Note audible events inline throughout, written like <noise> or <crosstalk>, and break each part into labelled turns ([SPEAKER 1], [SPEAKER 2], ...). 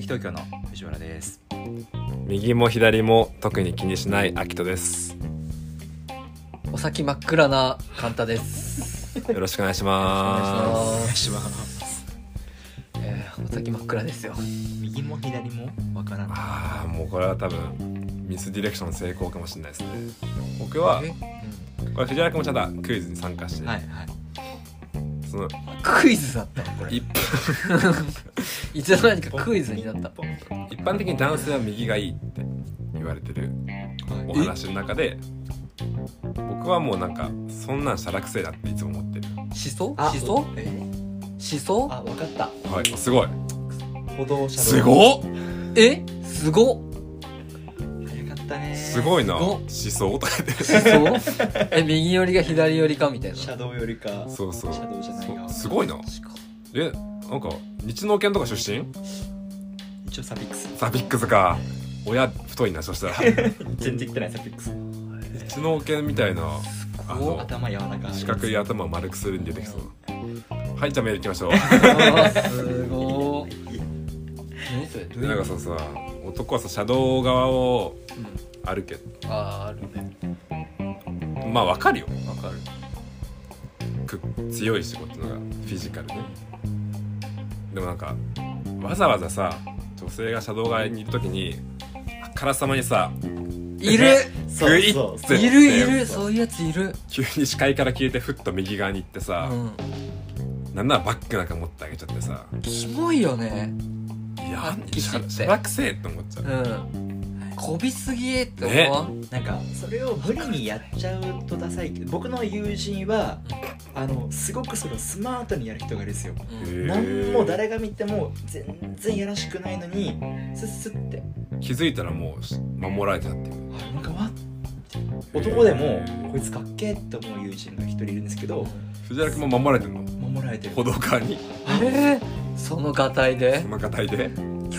[SPEAKER 1] 東京の藤原です。
[SPEAKER 2] 右も左も特に気にしないアキトです。
[SPEAKER 3] お先真っ暗なカンタです。
[SPEAKER 2] よろしくお願いしま
[SPEAKER 1] お願いします。
[SPEAKER 3] えー、お先真っ暗ですよ。
[SPEAKER 1] 右も左もわから
[SPEAKER 2] す。
[SPEAKER 1] ない。
[SPEAKER 2] ああ、もうこれは多分ミスディレクション成功かもしれないですね。僕は
[SPEAKER 3] え
[SPEAKER 2] これ藤原君もちゃんとクイズに参加して、
[SPEAKER 1] はいはい。
[SPEAKER 2] その
[SPEAKER 3] クイズだったのこれ。
[SPEAKER 2] 一
[SPEAKER 3] いつの間にかクイズになった。
[SPEAKER 2] 一般的に男性は右がいいって言われてるお話の中で、僕はもうなんかそんなんしゃらくせえなっていつも思ってる。
[SPEAKER 3] しそ
[SPEAKER 4] あ
[SPEAKER 3] しそ
[SPEAKER 4] え
[SPEAKER 3] しそ
[SPEAKER 4] あ、わかった。
[SPEAKER 2] はい、すごい。
[SPEAKER 4] 歩道車道。
[SPEAKER 2] すごっ
[SPEAKER 3] えすごっ
[SPEAKER 4] 早かったね。
[SPEAKER 2] すごいな。
[SPEAKER 3] すごっ
[SPEAKER 2] 思想とか言って
[SPEAKER 3] しそ <laughs> え、右寄りが左寄りかみたいな。
[SPEAKER 4] 車道よりか。
[SPEAKER 2] そうそう。
[SPEAKER 4] 車道じゃないよ
[SPEAKER 2] そう。すごいな。
[SPEAKER 3] 確か
[SPEAKER 2] えなんか日農研とか出身
[SPEAKER 4] 一応サピックス。
[SPEAKER 2] ザビックスか親太いなそしたら
[SPEAKER 3] <laughs>
[SPEAKER 4] 全然来てないサピックス。
[SPEAKER 2] 日農研みたいな
[SPEAKER 3] お
[SPEAKER 2] あの
[SPEAKER 4] 頭柔らかい。
[SPEAKER 2] 四角い頭を丸くするに出てきそうはいじゃあメール行き
[SPEAKER 3] <laughs>
[SPEAKER 2] ましょう
[SPEAKER 3] あーすごい。何それ
[SPEAKER 2] でなんかささ男はさ車道側を
[SPEAKER 3] うん
[SPEAKER 2] 歩け
[SPEAKER 3] あー、あるね。
[SPEAKER 2] まあわかるよ
[SPEAKER 3] わかる。
[SPEAKER 2] く強い仕事のがフィジカルねでもなんかわざわざさ女性が車道側にいる時にあからさまにさ
[SPEAKER 3] いる
[SPEAKER 4] そう
[SPEAKER 2] グイ
[SPEAKER 4] そう
[SPEAKER 2] ッ
[SPEAKER 4] そう。
[SPEAKER 2] て
[SPEAKER 3] いるいるそういうやついる。
[SPEAKER 2] 急に視界から消えてふっと右側に行って
[SPEAKER 3] う
[SPEAKER 2] さ、
[SPEAKER 3] ん。
[SPEAKER 2] なんならバッグなんか持ってあげちゃってさ
[SPEAKER 3] キモいよね。
[SPEAKER 2] いや
[SPEAKER 3] 発揮
[SPEAKER 2] し
[SPEAKER 3] しちゃ
[SPEAKER 2] ゃ
[SPEAKER 3] って
[SPEAKER 2] しゃらくせえって思っちゃう、
[SPEAKER 3] うん。こびすぎえって思わん、
[SPEAKER 4] なんか、それを無理にやっちゃうとダサいけど、僕の友人は、あの、すごくそれをスマートにやる人がいるんですよ。
[SPEAKER 3] うん
[SPEAKER 4] なんも誰が見ても全然やらしくないのに、スッスッて。
[SPEAKER 2] 気づいたらもう守られたっていう
[SPEAKER 4] あなんかわ男でも、こいつかっけえって思う友人が一人いるんですけど、
[SPEAKER 2] 藤原君も守られてんの
[SPEAKER 4] 守られてる。
[SPEAKER 2] 歩道側に
[SPEAKER 3] えー、そのがたいで
[SPEAKER 2] その形で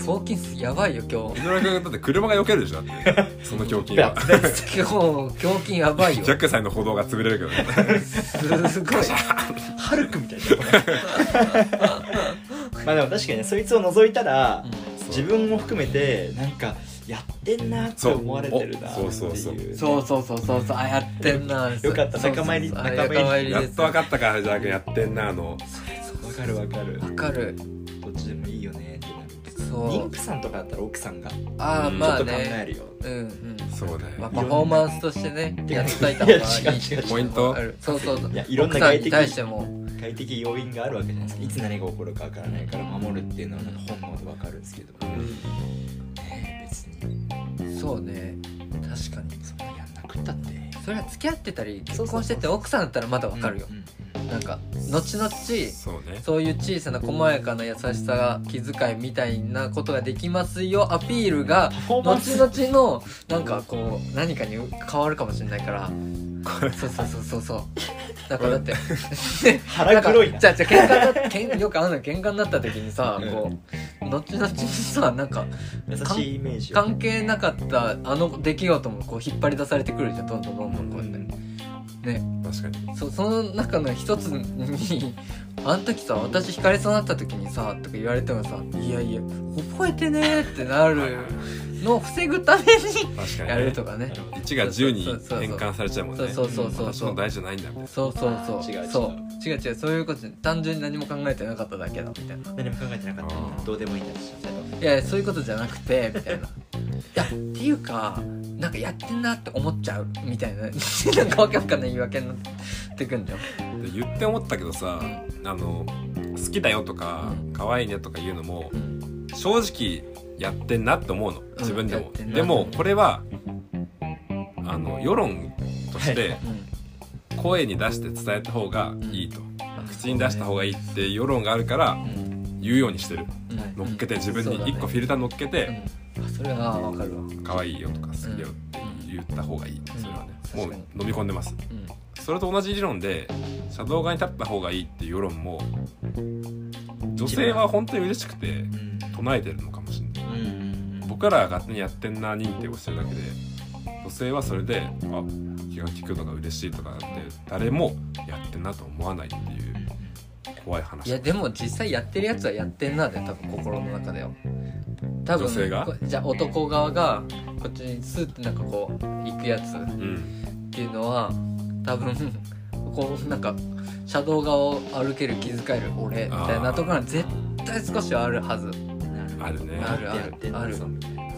[SPEAKER 3] 胸筋数やばいよ今日 <laughs>
[SPEAKER 2] 藤原君だって車が避けるでしょだってその胸筋は
[SPEAKER 3] 今日胸筋やばいよ
[SPEAKER 2] 100歳の歩道が潰れるけどね
[SPEAKER 3] すごい
[SPEAKER 4] ハルクみたいな <laughs> まあでも確かにねそいつを除いたら自分も含めてなんかやってんなって思われてるなってい
[SPEAKER 2] そ
[SPEAKER 4] う
[SPEAKER 2] そうそう
[SPEAKER 4] う
[SPEAKER 3] そうそうそうそうそうあやってんな
[SPEAKER 4] よかった仲間入り
[SPEAKER 3] そうそうそう
[SPEAKER 4] 仲間入
[SPEAKER 2] やっと
[SPEAKER 3] わ
[SPEAKER 2] 分かったか藤原君やってんなあの
[SPEAKER 4] わかるわかる
[SPEAKER 3] かる
[SPEAKER 4] どっちでもいいよねってなる
[SPEAKER 3] そ
[SPEAKER 4] 妊
[SPEAKER 3] う
[SPEAKER 4] 婦さんとかだったら奥さんがちょ
[SPEAKER 3] ああま
[SPEAKER 4] っ
[SPEAKER 3] あ
[SPEAKER 4] と考え
[SPEAKER 3] ね
[SPEAKER 4] るよ
[SPEAKER 3] うんうん
[SPEAKER 2] そうね
[SPEAKER 3] まあ、パフォーマンスとしてね
[SPEAKER 4] いや
[SPEAKER 3] やっといた方がいい
[SPEAKER 4] 違う違う違う
[SPEAKER 2] ポイント
[SPEAKER 3] あるそうそうそう
[SPEAKER 4] いやいろんな
[SPEAKER 3] 奥さ
[SPEAKER 4] 外
[SPEAKER 3] んに
[SPEAKER 4] 的
[SPEAKER 3] 対しても
[SPEAKER 4] 外的要因があるわけじゃないですかいつ何が起こるかわからないから守るっていうのはなんか本能でわかるんですけどねえ別に
[SPEAKER 3] そうね確かに
[SPEAKER 4] そんなやんなくったって
[SPEAKER 3] それは付き合ってたり結婚してて奥さんだったらまだわかるよ
[SPEAKER 4] うんうん
[SPEAKER 3] なんか後々
[SPEAKER 2] そうね
[SPEAKER 3] そういう小さな細やかな優しさが気遣いみたいなことができますよアピールが
[SPEAKER 4] パフォーマン
[SPEAKER 3] 後
[SPEAKER 4] ス
[SPEAKER 3] 々のなんかこう何かに変わるかもしれないからそうそうそうそうそうだからだって
[SPEAKER 4] 腹黒いな
[SPEAKER 3] じゃあじゃあ喧嘩だけん <laughs> よくあるのよ喧嘩になった時にさ
[SPEAKER 4] うん
[SPEAKER 3] こう後々にさなんか
[SPEAKER 4] 優しいイメージを
[SPEAKER 3] 関係なかったあの出来事もこう引っ張り出されてくるじゃんどんどんどんどんこうやって。
[SPEAKER 2] 確かに
[SPEAKER 3] そその中の一つに「あん時さ私惹かれそうになった時にさ」とか言われてもさ「いやいや覚えてねー」ってなるのを防ぐために
[SPEAKER 2] 確かに、
[SPEAKER 3] やるとかね
[SPEAKER 2] 1が10に変換されちゃうもんね
[SPEAKER 3] そうそうそうそう
[SPEAKER 2] 私も大事じゃないんだみたいな
[SPEAKER 3] そうそうそう
[SPEAKER 4] 違う違う
[SPEAKER 3] そう違う違うそういうことじゃない単純に何も考えてなかっただけだみたいな
[SPEAKER 4] 何も考えてなかった
[SPEAKER 2] あー
[SPEAKER 4] どうでもいいんだし
[SPEAKER 3] 「いやいやそういうことじゃなくて」みたいな「いやっていうかなんかやってんなって思っちゃう」みたいな <laughs> なんかわけわかんない言い訳になってくんだよ
[SPEAKER 2] で言って思ったけどさ、あの好きだよとか、
[SPEAKER 3] う
[SPEAKER 2] 可愛いねとか言うのも
[SPEAKER 3] うん
[SPEAKER 2] 正直やってんなって思うの自分で
[SPEAKER 3] や
[SPEAKER 2] も
[SPEAKER 3] っ、てんな
[SPEAKER 2] でもこれはあの世論として
[SPEAKER 3] うん
[SPEAKER 2] 声に出して伝えた方がいいと、口に出した方がいいって世論があるから
[SPEAKER 3] うん
[SPEAKER 2] 言うようにしてる
[SPEAKER 3] うん
[SPEAKER 2] 乗っけて自分
[SPEAKER 3] そうだ
[SPEAKER 2] に
[SPEAKER 3] ね
[SPEAKER 2] 一個フィルター乗っけて
[SPEAKER 3] うんあそれはわかるわ
[SPEAKER 2] 可愛いよとか好きだよって言った方がいいそれはね
[SPEAKER 3] うん
[SPEAKER 2] もう
[SPEAKER 3] 確か
[SPEAKER 2] 飲み込んでます
[SPEAKER 3] うん
[SPEAKER 2] それと同じ理論で車道側に立った方がいいっていう世論も女性は本当に嬉しくて唱えてるのかもしれない僕らが勝手にやってんな認定をしてるだけで女性はそれであ気が利くのが嬉しいとかって誰もやってんなと思わないっていう怖い
[SPEAKER 3] い
[SPEAKER 2] 話
[SPEAKER 3] やでも実際やってるやつはやってんなで多分心の中でよ多分
[SPEAKER 2] 女性が
[SPEAKER 3] こじゃあ男側がこっちにスーってなんかこう行くやつっ
[SPEAKER 2] うん
[SPEAKER 3] ていうのは多分こうなんか車道側を歩ける気遣える俺みたいなところは絶対少しはあるはず
[SPEAKER 2] あるね
[SPEAKER 3] あるあるある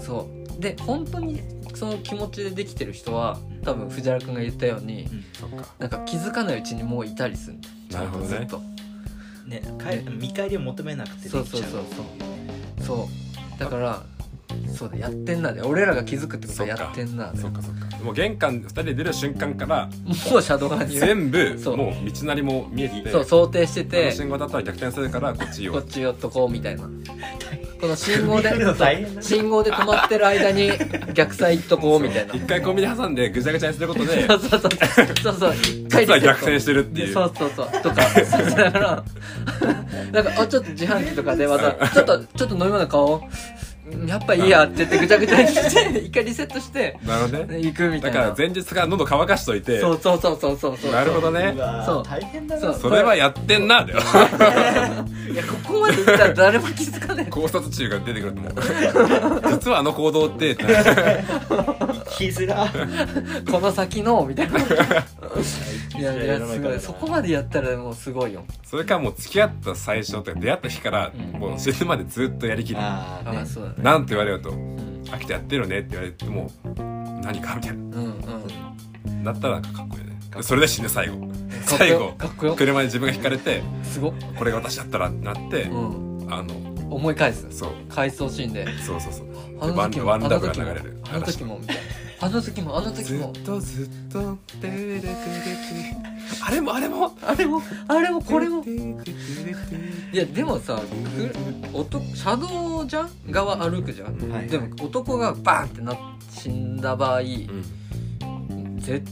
[SPEAKER 3] そうで本当にその気持ちでできてる人は多分藤原君が言ったように
[SPEAKER 2] そっか
[SPEAKER 3] なんか気づかないうちにもういたりするんだよち
[SPEAKER 2] な
[SPEAKER 3] ゃ
[SPEAKER 2] る
[SPEAKER 3] ん
[SPEAKER 2] ほ
[SPEAKER 3] と
[SPEAKER 2] ど
[SPEAKER 3] ずっ
[SPEAKER 2] ね
[SPEAKER 3] と、
[SPEAKER 1] ね帰見返りを求めなくてできち
[SPEAKER 3] そ
[SPEAKER 1] ゃ
[SPEAKER 3] う
[SPEAKER 1] う
[SPEAKER 3] そうそうそうそうだからそうだやってんなで俺らが気づくってことは
[SPEAKER 2] そっか
[SPEAKER 3] やってんなで
[SPEAKER 2] そっかそっかもう玄関2人で出る瞬間から
[SPEAKER 3] もうシャドウがに
[SPEAKER 2] 全部
[SPEAKER 3] そう
[SPEAKER 2] もう道なりも見えてて
[SPEAKER 3] そう想定して
[SPEAKER 2] あの
[SPEAKER 3] て
[SPEAKER 2] 信号だったら逆転するからこっち
[SPEAKER 3] こ
[SPEAKER 2] よ
[SPEAKER 3] っち寄っとこうみた
[SPEAKER 2] <laughs>
[SPEAKER 3] いなこの信号で
[SPEAKER 1] 見るの大変だね
[SPEAKER 3] 信号で止まってる間に逆サイ行っとこうみたいな
[SPEAKER 2] 一回コンビニ挟んでぐちゃぐちゃにすること
[SPEAKER 3] <laughs>
[SPEAKER 2] で
[SPEAKER 3] そうそうそうそうそう一回
[SPEAKER 2] 実は
[SPEAKER 3] で
[SPEAKER 2] 逆転してるってい
[SPEAKER 3] で
[SPEAKER 2] う
[SPEAKER 3] そうそうそうとかそうだから <laughs> なんかあちょっと自販機とかでまたちょっとちょっと飲み物買おうやっぱいいやって言ってぐちゃぐちゃにして一回リセットして
[SPEAKER 2] なるほどね
[SPEAKER 3] 行くみた
[SPEAKER 2] だ
[SPEAKER 3] い
[SPEAKER 2] か
[SPEAKER 3] な
[SPEAKER 2] ら前日から喉乾かしといて
[SPEAKER 3] そうそうそうそうそうそう
[SPEAKER 2] なるほど
[SPEAKER 1] ね
[SPEAKER 2] ね
[SPEAKER 3] そう
[SPEAKER 1] 大変だ
[SPEAKER 3] そう
[SPEAKER 1] な
[SPEAKER 2] それはやってんなだよ
[SPEAKER 3] いやここまで見たら誰も気づかない
[SPEAKER 2] 考察中が出てくると思う実はあの行動って
[SPEAKER 1] 気づら
[SPEAKER 3] この先のみた
[SPEAKER 2] <laughs>
[SPEAKER 3] いないやいやすごいそこま
[SPEAKER 1] で
[SPEAKER 3] でやったらもうすごいよ
[SPEAKER 2] それからもう付き合った最初とか出会った日から
[SPEAKER 3] うん
[SPEAKER 2] もう死ぬまでずっとやりきる
[SPEAKER 1] ああ
[SPEAKER 3] ああそうだね
[SPEAKER 2] なんて言われようと
[SPEAKER 3] うん
[SPEAKER 2] 「秋田やってるよね」って言われても何かみたい
[SPEAKER 3] うんうん
[SPEAKER 2] ななったらなんかかっこいいねそれで死ぬ最後
[SPEAKER 3] かっこ
[SPEAKER 2] 最
[SPEAKER 3] よ
[SPEAKER 2] 後
[SPEAKER 3] かっこよ
[SPEAKER 2] 車に自分が引かれて
[SPEAKER 3] すごっ
[SPEAKER 2] これが私だったらってなって
[SPEAKER 3] うん
[SPEAKER 2] あの
[SPEAKER 3] 思い返す
[SPEAKER 2] そう
[SPEAKER 3] 回想シーンで
[SPEAKER 2] そうそうそう
[SPEAKER 3] あの時も
[SPEAKER 2] ワ
[SPEAKER 3] あ
[SPEAKER 2] ン
[SPEAKER 3] の
[SPEAKER 2] ワンダブが
[SPEAKER 3] 時
[SPEAKER 2] 流
[SPEAKER 3] も
[SPEAKER 2] れる
[SPEAKER 3] あの時もみたいなあの時もあの時
[SPEAKER 2] ず
[SPEAKER 3] も
[SPEAKER 2] っとずっとテレレテレテあれもあれも
[SPEAKER 3] あれもあれもこれも
[SPEAKER 2] テレテレテレ
[SPEAKER 3] いやでもさぐ男車道じゃん側歩くじゃん、
[SPEAKER 2] うん
[SPEAKER 1] はい
[SPEAKER 3] でも男がバーンってな死んだ場合、絶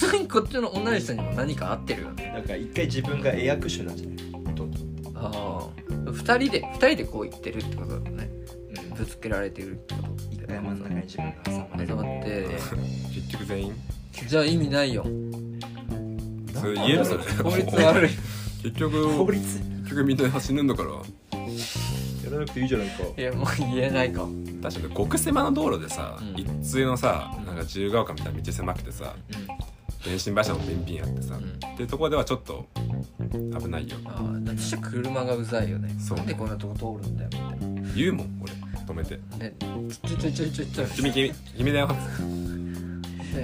[SPEAKER 3] 対にこっちの女の人にも何か合ってるよね
[SPEAKER 1] なんか一回自分がエアクッションなんじゃないどんどん
[SPEAKER 3] ああ二人で二人でこう言ってるってことだよねぶつけられてるってこと
[SPEAKER 1] 一回真ん中に自分が挟まれ
[SPEAKER 3] 挟
[SPEAKER 1] る
[SPEAKER 3] まって
[SPEAKER 2] 結局全員
[SPEAKER 3] じゃあ意味ないよ
[SPEAKER 2] それ言えるそれ
[SPEAKER 3] 法律悪い
[SPEAKER 2] <laughs> 結局
[SPEAKER 1] 法律
[SPEAKER 2] 結局みんな死ぬんだから
[SPEAKER 1] やらなくていいじゃないか
[SPEAKER 3] いやもう言えないか
[SPEAKER 2] 確かに極狭の道路でさ、
[SPEAKER 3] うん
[SPEAKER 2] 一通のさなんか自由が丘みたいな道狭くてさ電信柱のピンピンあってさ、
[SPEAKER 3] うん
[SPEAKER 2] っていうところではちょっと危ないよ
[SPEAKER 3] ああだとしたら車がうざいよね
[SPEAKER 2] そう
[SPEAKER 3] なんでこんなとこ通るんだよみたいな
[SPEAKER 2] 言うもん俺止めて
[SPEAKER 3] ねちょちょちょちょちょ
[SPEAKER 2] 「君君君だよ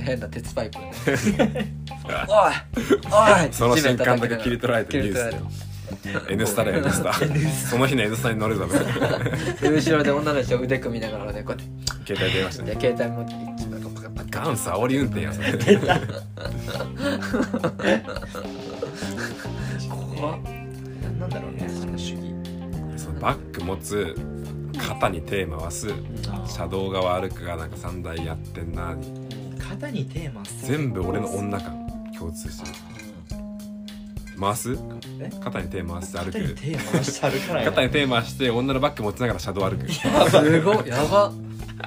[SPEAKER 3] 変な鉄パイプ
[SPEAKER 2] <laughs>
[SPEAKER 3] おいお」い
[SPEAKER 2] その瞬間だけ切り取られて
[SPEAKER 3] 切り
[SPEAKER 2] ニュ
[SPEAKER 3] 取られ
[SPEAKER 2] ースで「N スタ」だよ「N スタ」その日の「N スタ」に乗るぞみたいな
[SPEAKER 3] で後ろで女の人腕組みながらねこうや
[SPEAKER 2] 携帯出ました
[SPEAKER 3] って
[SPEAKER 2] ね
[SPEAKER 3] で携帯も一番こうパカパカ
[SPEAKER 2] 元祖煽り運転やそれ
[SPEAKER 3] 怖っ
[SPEAKER 1] なんだろうねその主義
[SPEAKER 2] そのバッグ持つ肩に手回す車道側歩くがなんか3台やってんなに
[SPEAKER 1] 肩にテーマ
[SPEAKER 2] 全部俺の女感共通してる回す
[SPEAKER 1] え
[SPEAKER 2] 肩に手回して歩
[SPEAKER 1] 肩に
[SPEAKER 2] く
[SPEAKER 1] テーマして歩かない
[SPEAKER 2] 肩に手回して女のバッグ持ちながらシャドウ歩く
[SPEAKER 3] すごいやば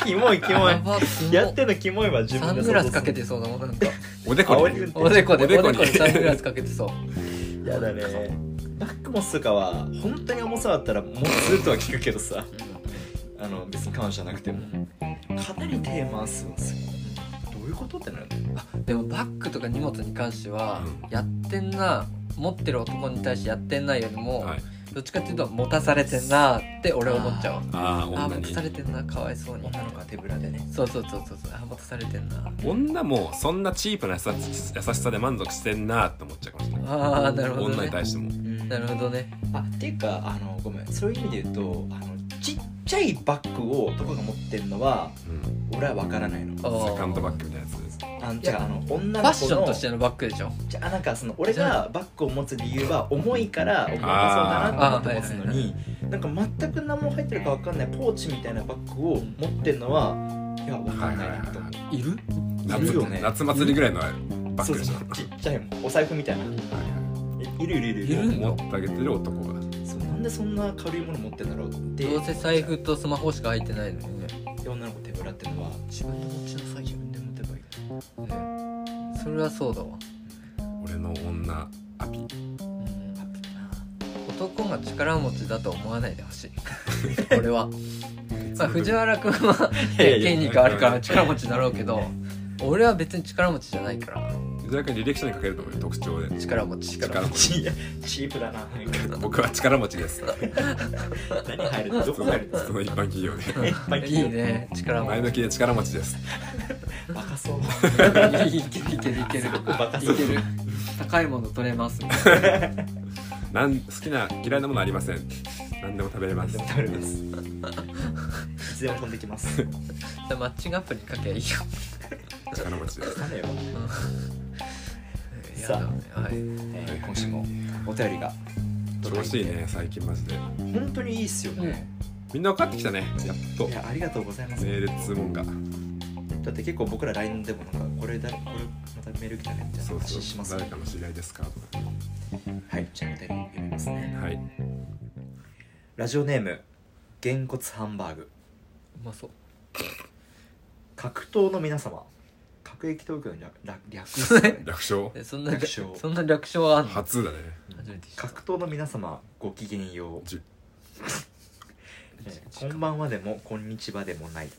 [SPEAKER 1] キモいキ
[SPEAKER 3] <laughs>
[SPEAKER 1] モ
[SPEAKER 3] や
[SPEAKER 1] い
[SPEAKER 3] ばすご
[SPEAKER 1] やってんのキモいわ自分
[SPEAKER 3] サ
[SPEAKER 1] が
[SPEAKER 3] ングラスかけてそうだもんなんか
[SPEAKER 2] おでこ
[SPEAKER 1] 煽
[SPEAKER 2] に
[SPEAKER 1] り運
[SPEAKER 3] お
[SPEAKER 1] 転
[SPEAKER 3] でこで
[SPEAKER 2] おで
[SPEAKER 3] おで
[SPEAKER 2] こに
[SPEAKER 3] こでサングラスかけてそう
[SPEAKER 1] やだねバックモスとかは本当に重さだったらもうずっとは聞くけどさあの別に感謝なくても肩に手回すんですよどういうことってなる
[SPEAKER 3] でもバッグとか荷物に関してはやってんな持ってる男に対してやってんないよりも
[SPEAKER 2] はい、
[SPEAKER 3] どっちかっていうと持たされてんなって俺は思っちゃう
[SPEAKER 2] ああ
[SPEAKER 3] あ
[SPEAKER 2] 女
[SPEAKER 3] 持たさ
[SPEAKER 2] に
[SPEAKER 3] れてんなかわいそうに
[SPEAKER 1] 女の子は手ぶらでね
[SPEAKER 3] そうそうそうそうそうあ持たされてんな
[SPEAKER 2] 女もそんなチープな優し優しさで満足してんなって思っちゃうかもしれない
[SPEAKER 3] ああなるほど
[SPEAKER 2] 女に
[SPEAKER 3] ね
[SPEAKER 2] 対しても
[SPEAKER 3] なるほどね
[SPEAKER 1] あっていうかあのごめんそういう意味で言うとあのちっちゃいバッグを男が持ってるのは
[SPEAKER 2] うん
[SPEAKER 1] 俺は分からないの
[SPEAKER 3] あー
[SPEAKER 2] セカンドバッグみたいなやつ
[SPEAKER 1] あの
[SPEAKER 3] いや
[SPEAKER 1] 違うあの
[SPEAKER 3] フ
[SPEAKER 1] 女
[SPEAKER 3] ァ
[SPEAKER 1] の
[SPEAKER 3] ッ
[SPEAKER 1] 子
[SPEAKER 3] ション
[SPEAKER 1] の
[SPEAKER 3] としてのバッグでしょ
[SPEAKER 1] じゃあなんかその俺がバッグを持つ理由は重いから重いそうだなって思って持つのになんか全く何も入ってるか分かんないポーチみたいなバッグを持ってるのはいや分かんないなと思う
[SPEAKER 3] いる
[SPEAKER 1] い
[SPEAKER 2] 夏
[SPEAKER 1] るよね
[SPEAKER 2] 夏祭りぐらいのバッ
[SPEAKER 1] そう
[SPEAKER 2] グでし
[SPEAKER 1] そ
[SPEAKER 2] ょ
[SPEAKER 1] うちっちゃいもんお財布みたいな
[SPEAKER 2] はい
[SPEAKER 1] いるいるいる
[SPEAKER 3] いるんだ
[SPEAKER 2] 持ってあげてる男が
[SPEAKER 1] そうなんでそんな軽いもの持ってんだろうって
[SPEAKER 3] どうせ財布とスマホしか入ってないのにね
[SPEAKER 1] で女の子手ぶらってのは自分で持ちなさい自分で持てばいい
[SPEAKER 3] ねそれはそうだわ
[SPEAKER 2] 俺の女ア
[SPEAKER 3] う
[SPEAKER 2] ピ
[SPEAKER 3] ん
[SPEAKER 1] あ
[SPEAKER 3] 男が力持ちだと思わないでほ
[SPEAKER 1] <laughs>
[SPEAKER 3] しい俺は、まあ、藤原君は権力あるから力持ちだろうけど俺は別に力持ちじゃないから
[SPEAKER 2] 藤原君履歴書に書けると思うよ特徴で
[SPEAKER 3] 力持ち
[SPEAKER 2] 力持ち
[SPEAKER 1] いや <laughs> チープだな
[SPEAKER 2] 僕は力持ち
[SPEAKER 1] <laughs>
[SPEAKER 2] です
[SPEAKER 1] 何入るのど
[SPEAKER 2] そ
[SPEAKER 1] こ
[SPEAKER 3] <laughs>
[SPEAKER 2] の
[SPEAKER 1] 入るの
[SPEAKER 2] その一般企
[SPEAKER 1] <laughs>
[SPEAKER 2] 業で
[SPEAKER 3] いいね力持
[SPEAKER 2] 前
[SPEAKER 3] ち
[SPEAKER 2] 向きで力持ちです
[SPEAKER 1] バカそ
[SPEAKER 3] い
[SPEAKER 1] う
[SPEAKER 3] いいけるいけるいける
[SPEAKER 1] バカ
[SPEAKER 3] い
[SPEAKER 1] そう
[SPEAKER 3] ける高いもの取れ
[SPEAKER 1] <laughs>
[SPEAKER 3] ます
[SPEAKER 2] なん好きな嫌いなものありません何でも食べれます
[SPEAKER 1] 食べれますい <laughs> つでも飛んできます
[SPEAKER 3] じゃあマッチングアプリにかけばいいよ
[SPEAKER 2] 力持ち
[SPEAKER 1] <laughs>
[SPEAKER 2] です
[SPEAKER 1] 種よ
[SPEAKER 3] や
[SPEAKER 1] さ
[SPEAKER 3] だ
[SPEAKER 1] あ
[SPEAKER 3] ねはい
[SPEAKER 1] えー今週もお便りが
[SPEAKER 2] 調子いいね最近マジで
[SPEAKER 1] 本当にいいっすよね、
[SPEAKER 2] みんな分かってきたねやっと
[SPEAKER 1] いやありがとうございます
[SPEAKER 2] 名列もんが
[SPEAKER 1] だって結構僕ら LINE でもなんかこれ誰これまたメール来たねみたいな
[SPEAKER 2] そう
[SPEAKER 1] 話し
[SPEAKER 2] そ
[SPEAKER 1] ま
[SPEAKER 2] う
[SPEAKER 1] すね
[SPEAKER 2] 誰かの知り合いですかとか
[SPEAKER 1] はいじゃあお便り読みますね
[SPEAKER 2] はい
[SPEAKER 1] ラジオネームげんこつハンバーグ
[SPEAKER 3] うまそう
[SPEAKER 1] 格闘の皆様各駅東京の略略略 <laughs>
[SPEAKER 2] 略称
[SPEAKER 3] えそんな
[SPEAKER 1] 略称
[SPEAKER 3] そんな略称はあんの
[SPEAKER 2] 初だね
[SPEAKER 3] 初めて知った
[SPEAKER 1] 格闘の皆様ごきげんよう
[SPEAKER 2] じゅ
[SPEAKER 1] えーこんばんはでもこんにちはでもない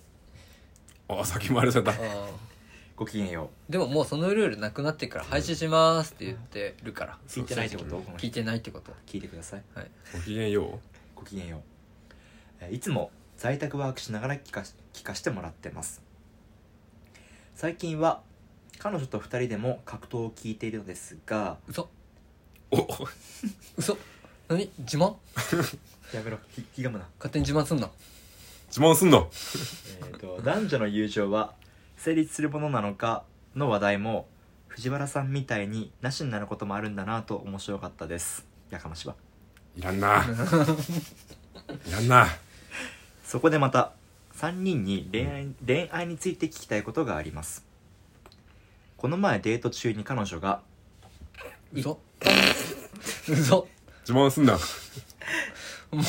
[SPEAKER 2] あ先回りされた
[SPEAKER 3] あー
[SPEAKER 1] ごきげんよ
[SPEAKER 3] でももうそのルールなくなってから廃止しますって言ってるから
[SPEAKER 1] う聞いてないってことこの人
[SPEAKER 3] 聞いてないってこと
[SPEAKER 1] 聞いてください
[SPEAKER 2] ごきげんよ
[SPEAKER 1] ごきげんようえーいつも在宅ワークしながら聞かし聞かしてもらってます最近は彼女と2人でも格闘を聞いているのですが
[SPEAKER 3] 嘘
[SPEAKER 2] うお
[SPEAKER 3] 嘘何自慢
[SPEAKER 1] やめろひひがむな
[SPEAKER 3] 勝手に自慢すんな
[SPEAKER 2] 自慢すんの
[SPEAKER 1] えーと <laughs> 男女の友情は成立するものなのかの話題も藤原さんみたいになしになることもあるんだなと面白かったですやかましはい
[SPEAKER 2] らんないらんな
[SPEAKER 1] そこでまた3人に恋愛恋愛について聞きたいことがありますこの前デート中に彼女が
[SPEAKER 3] 嘘嘘
[SPEAKER 2] 自慢すんな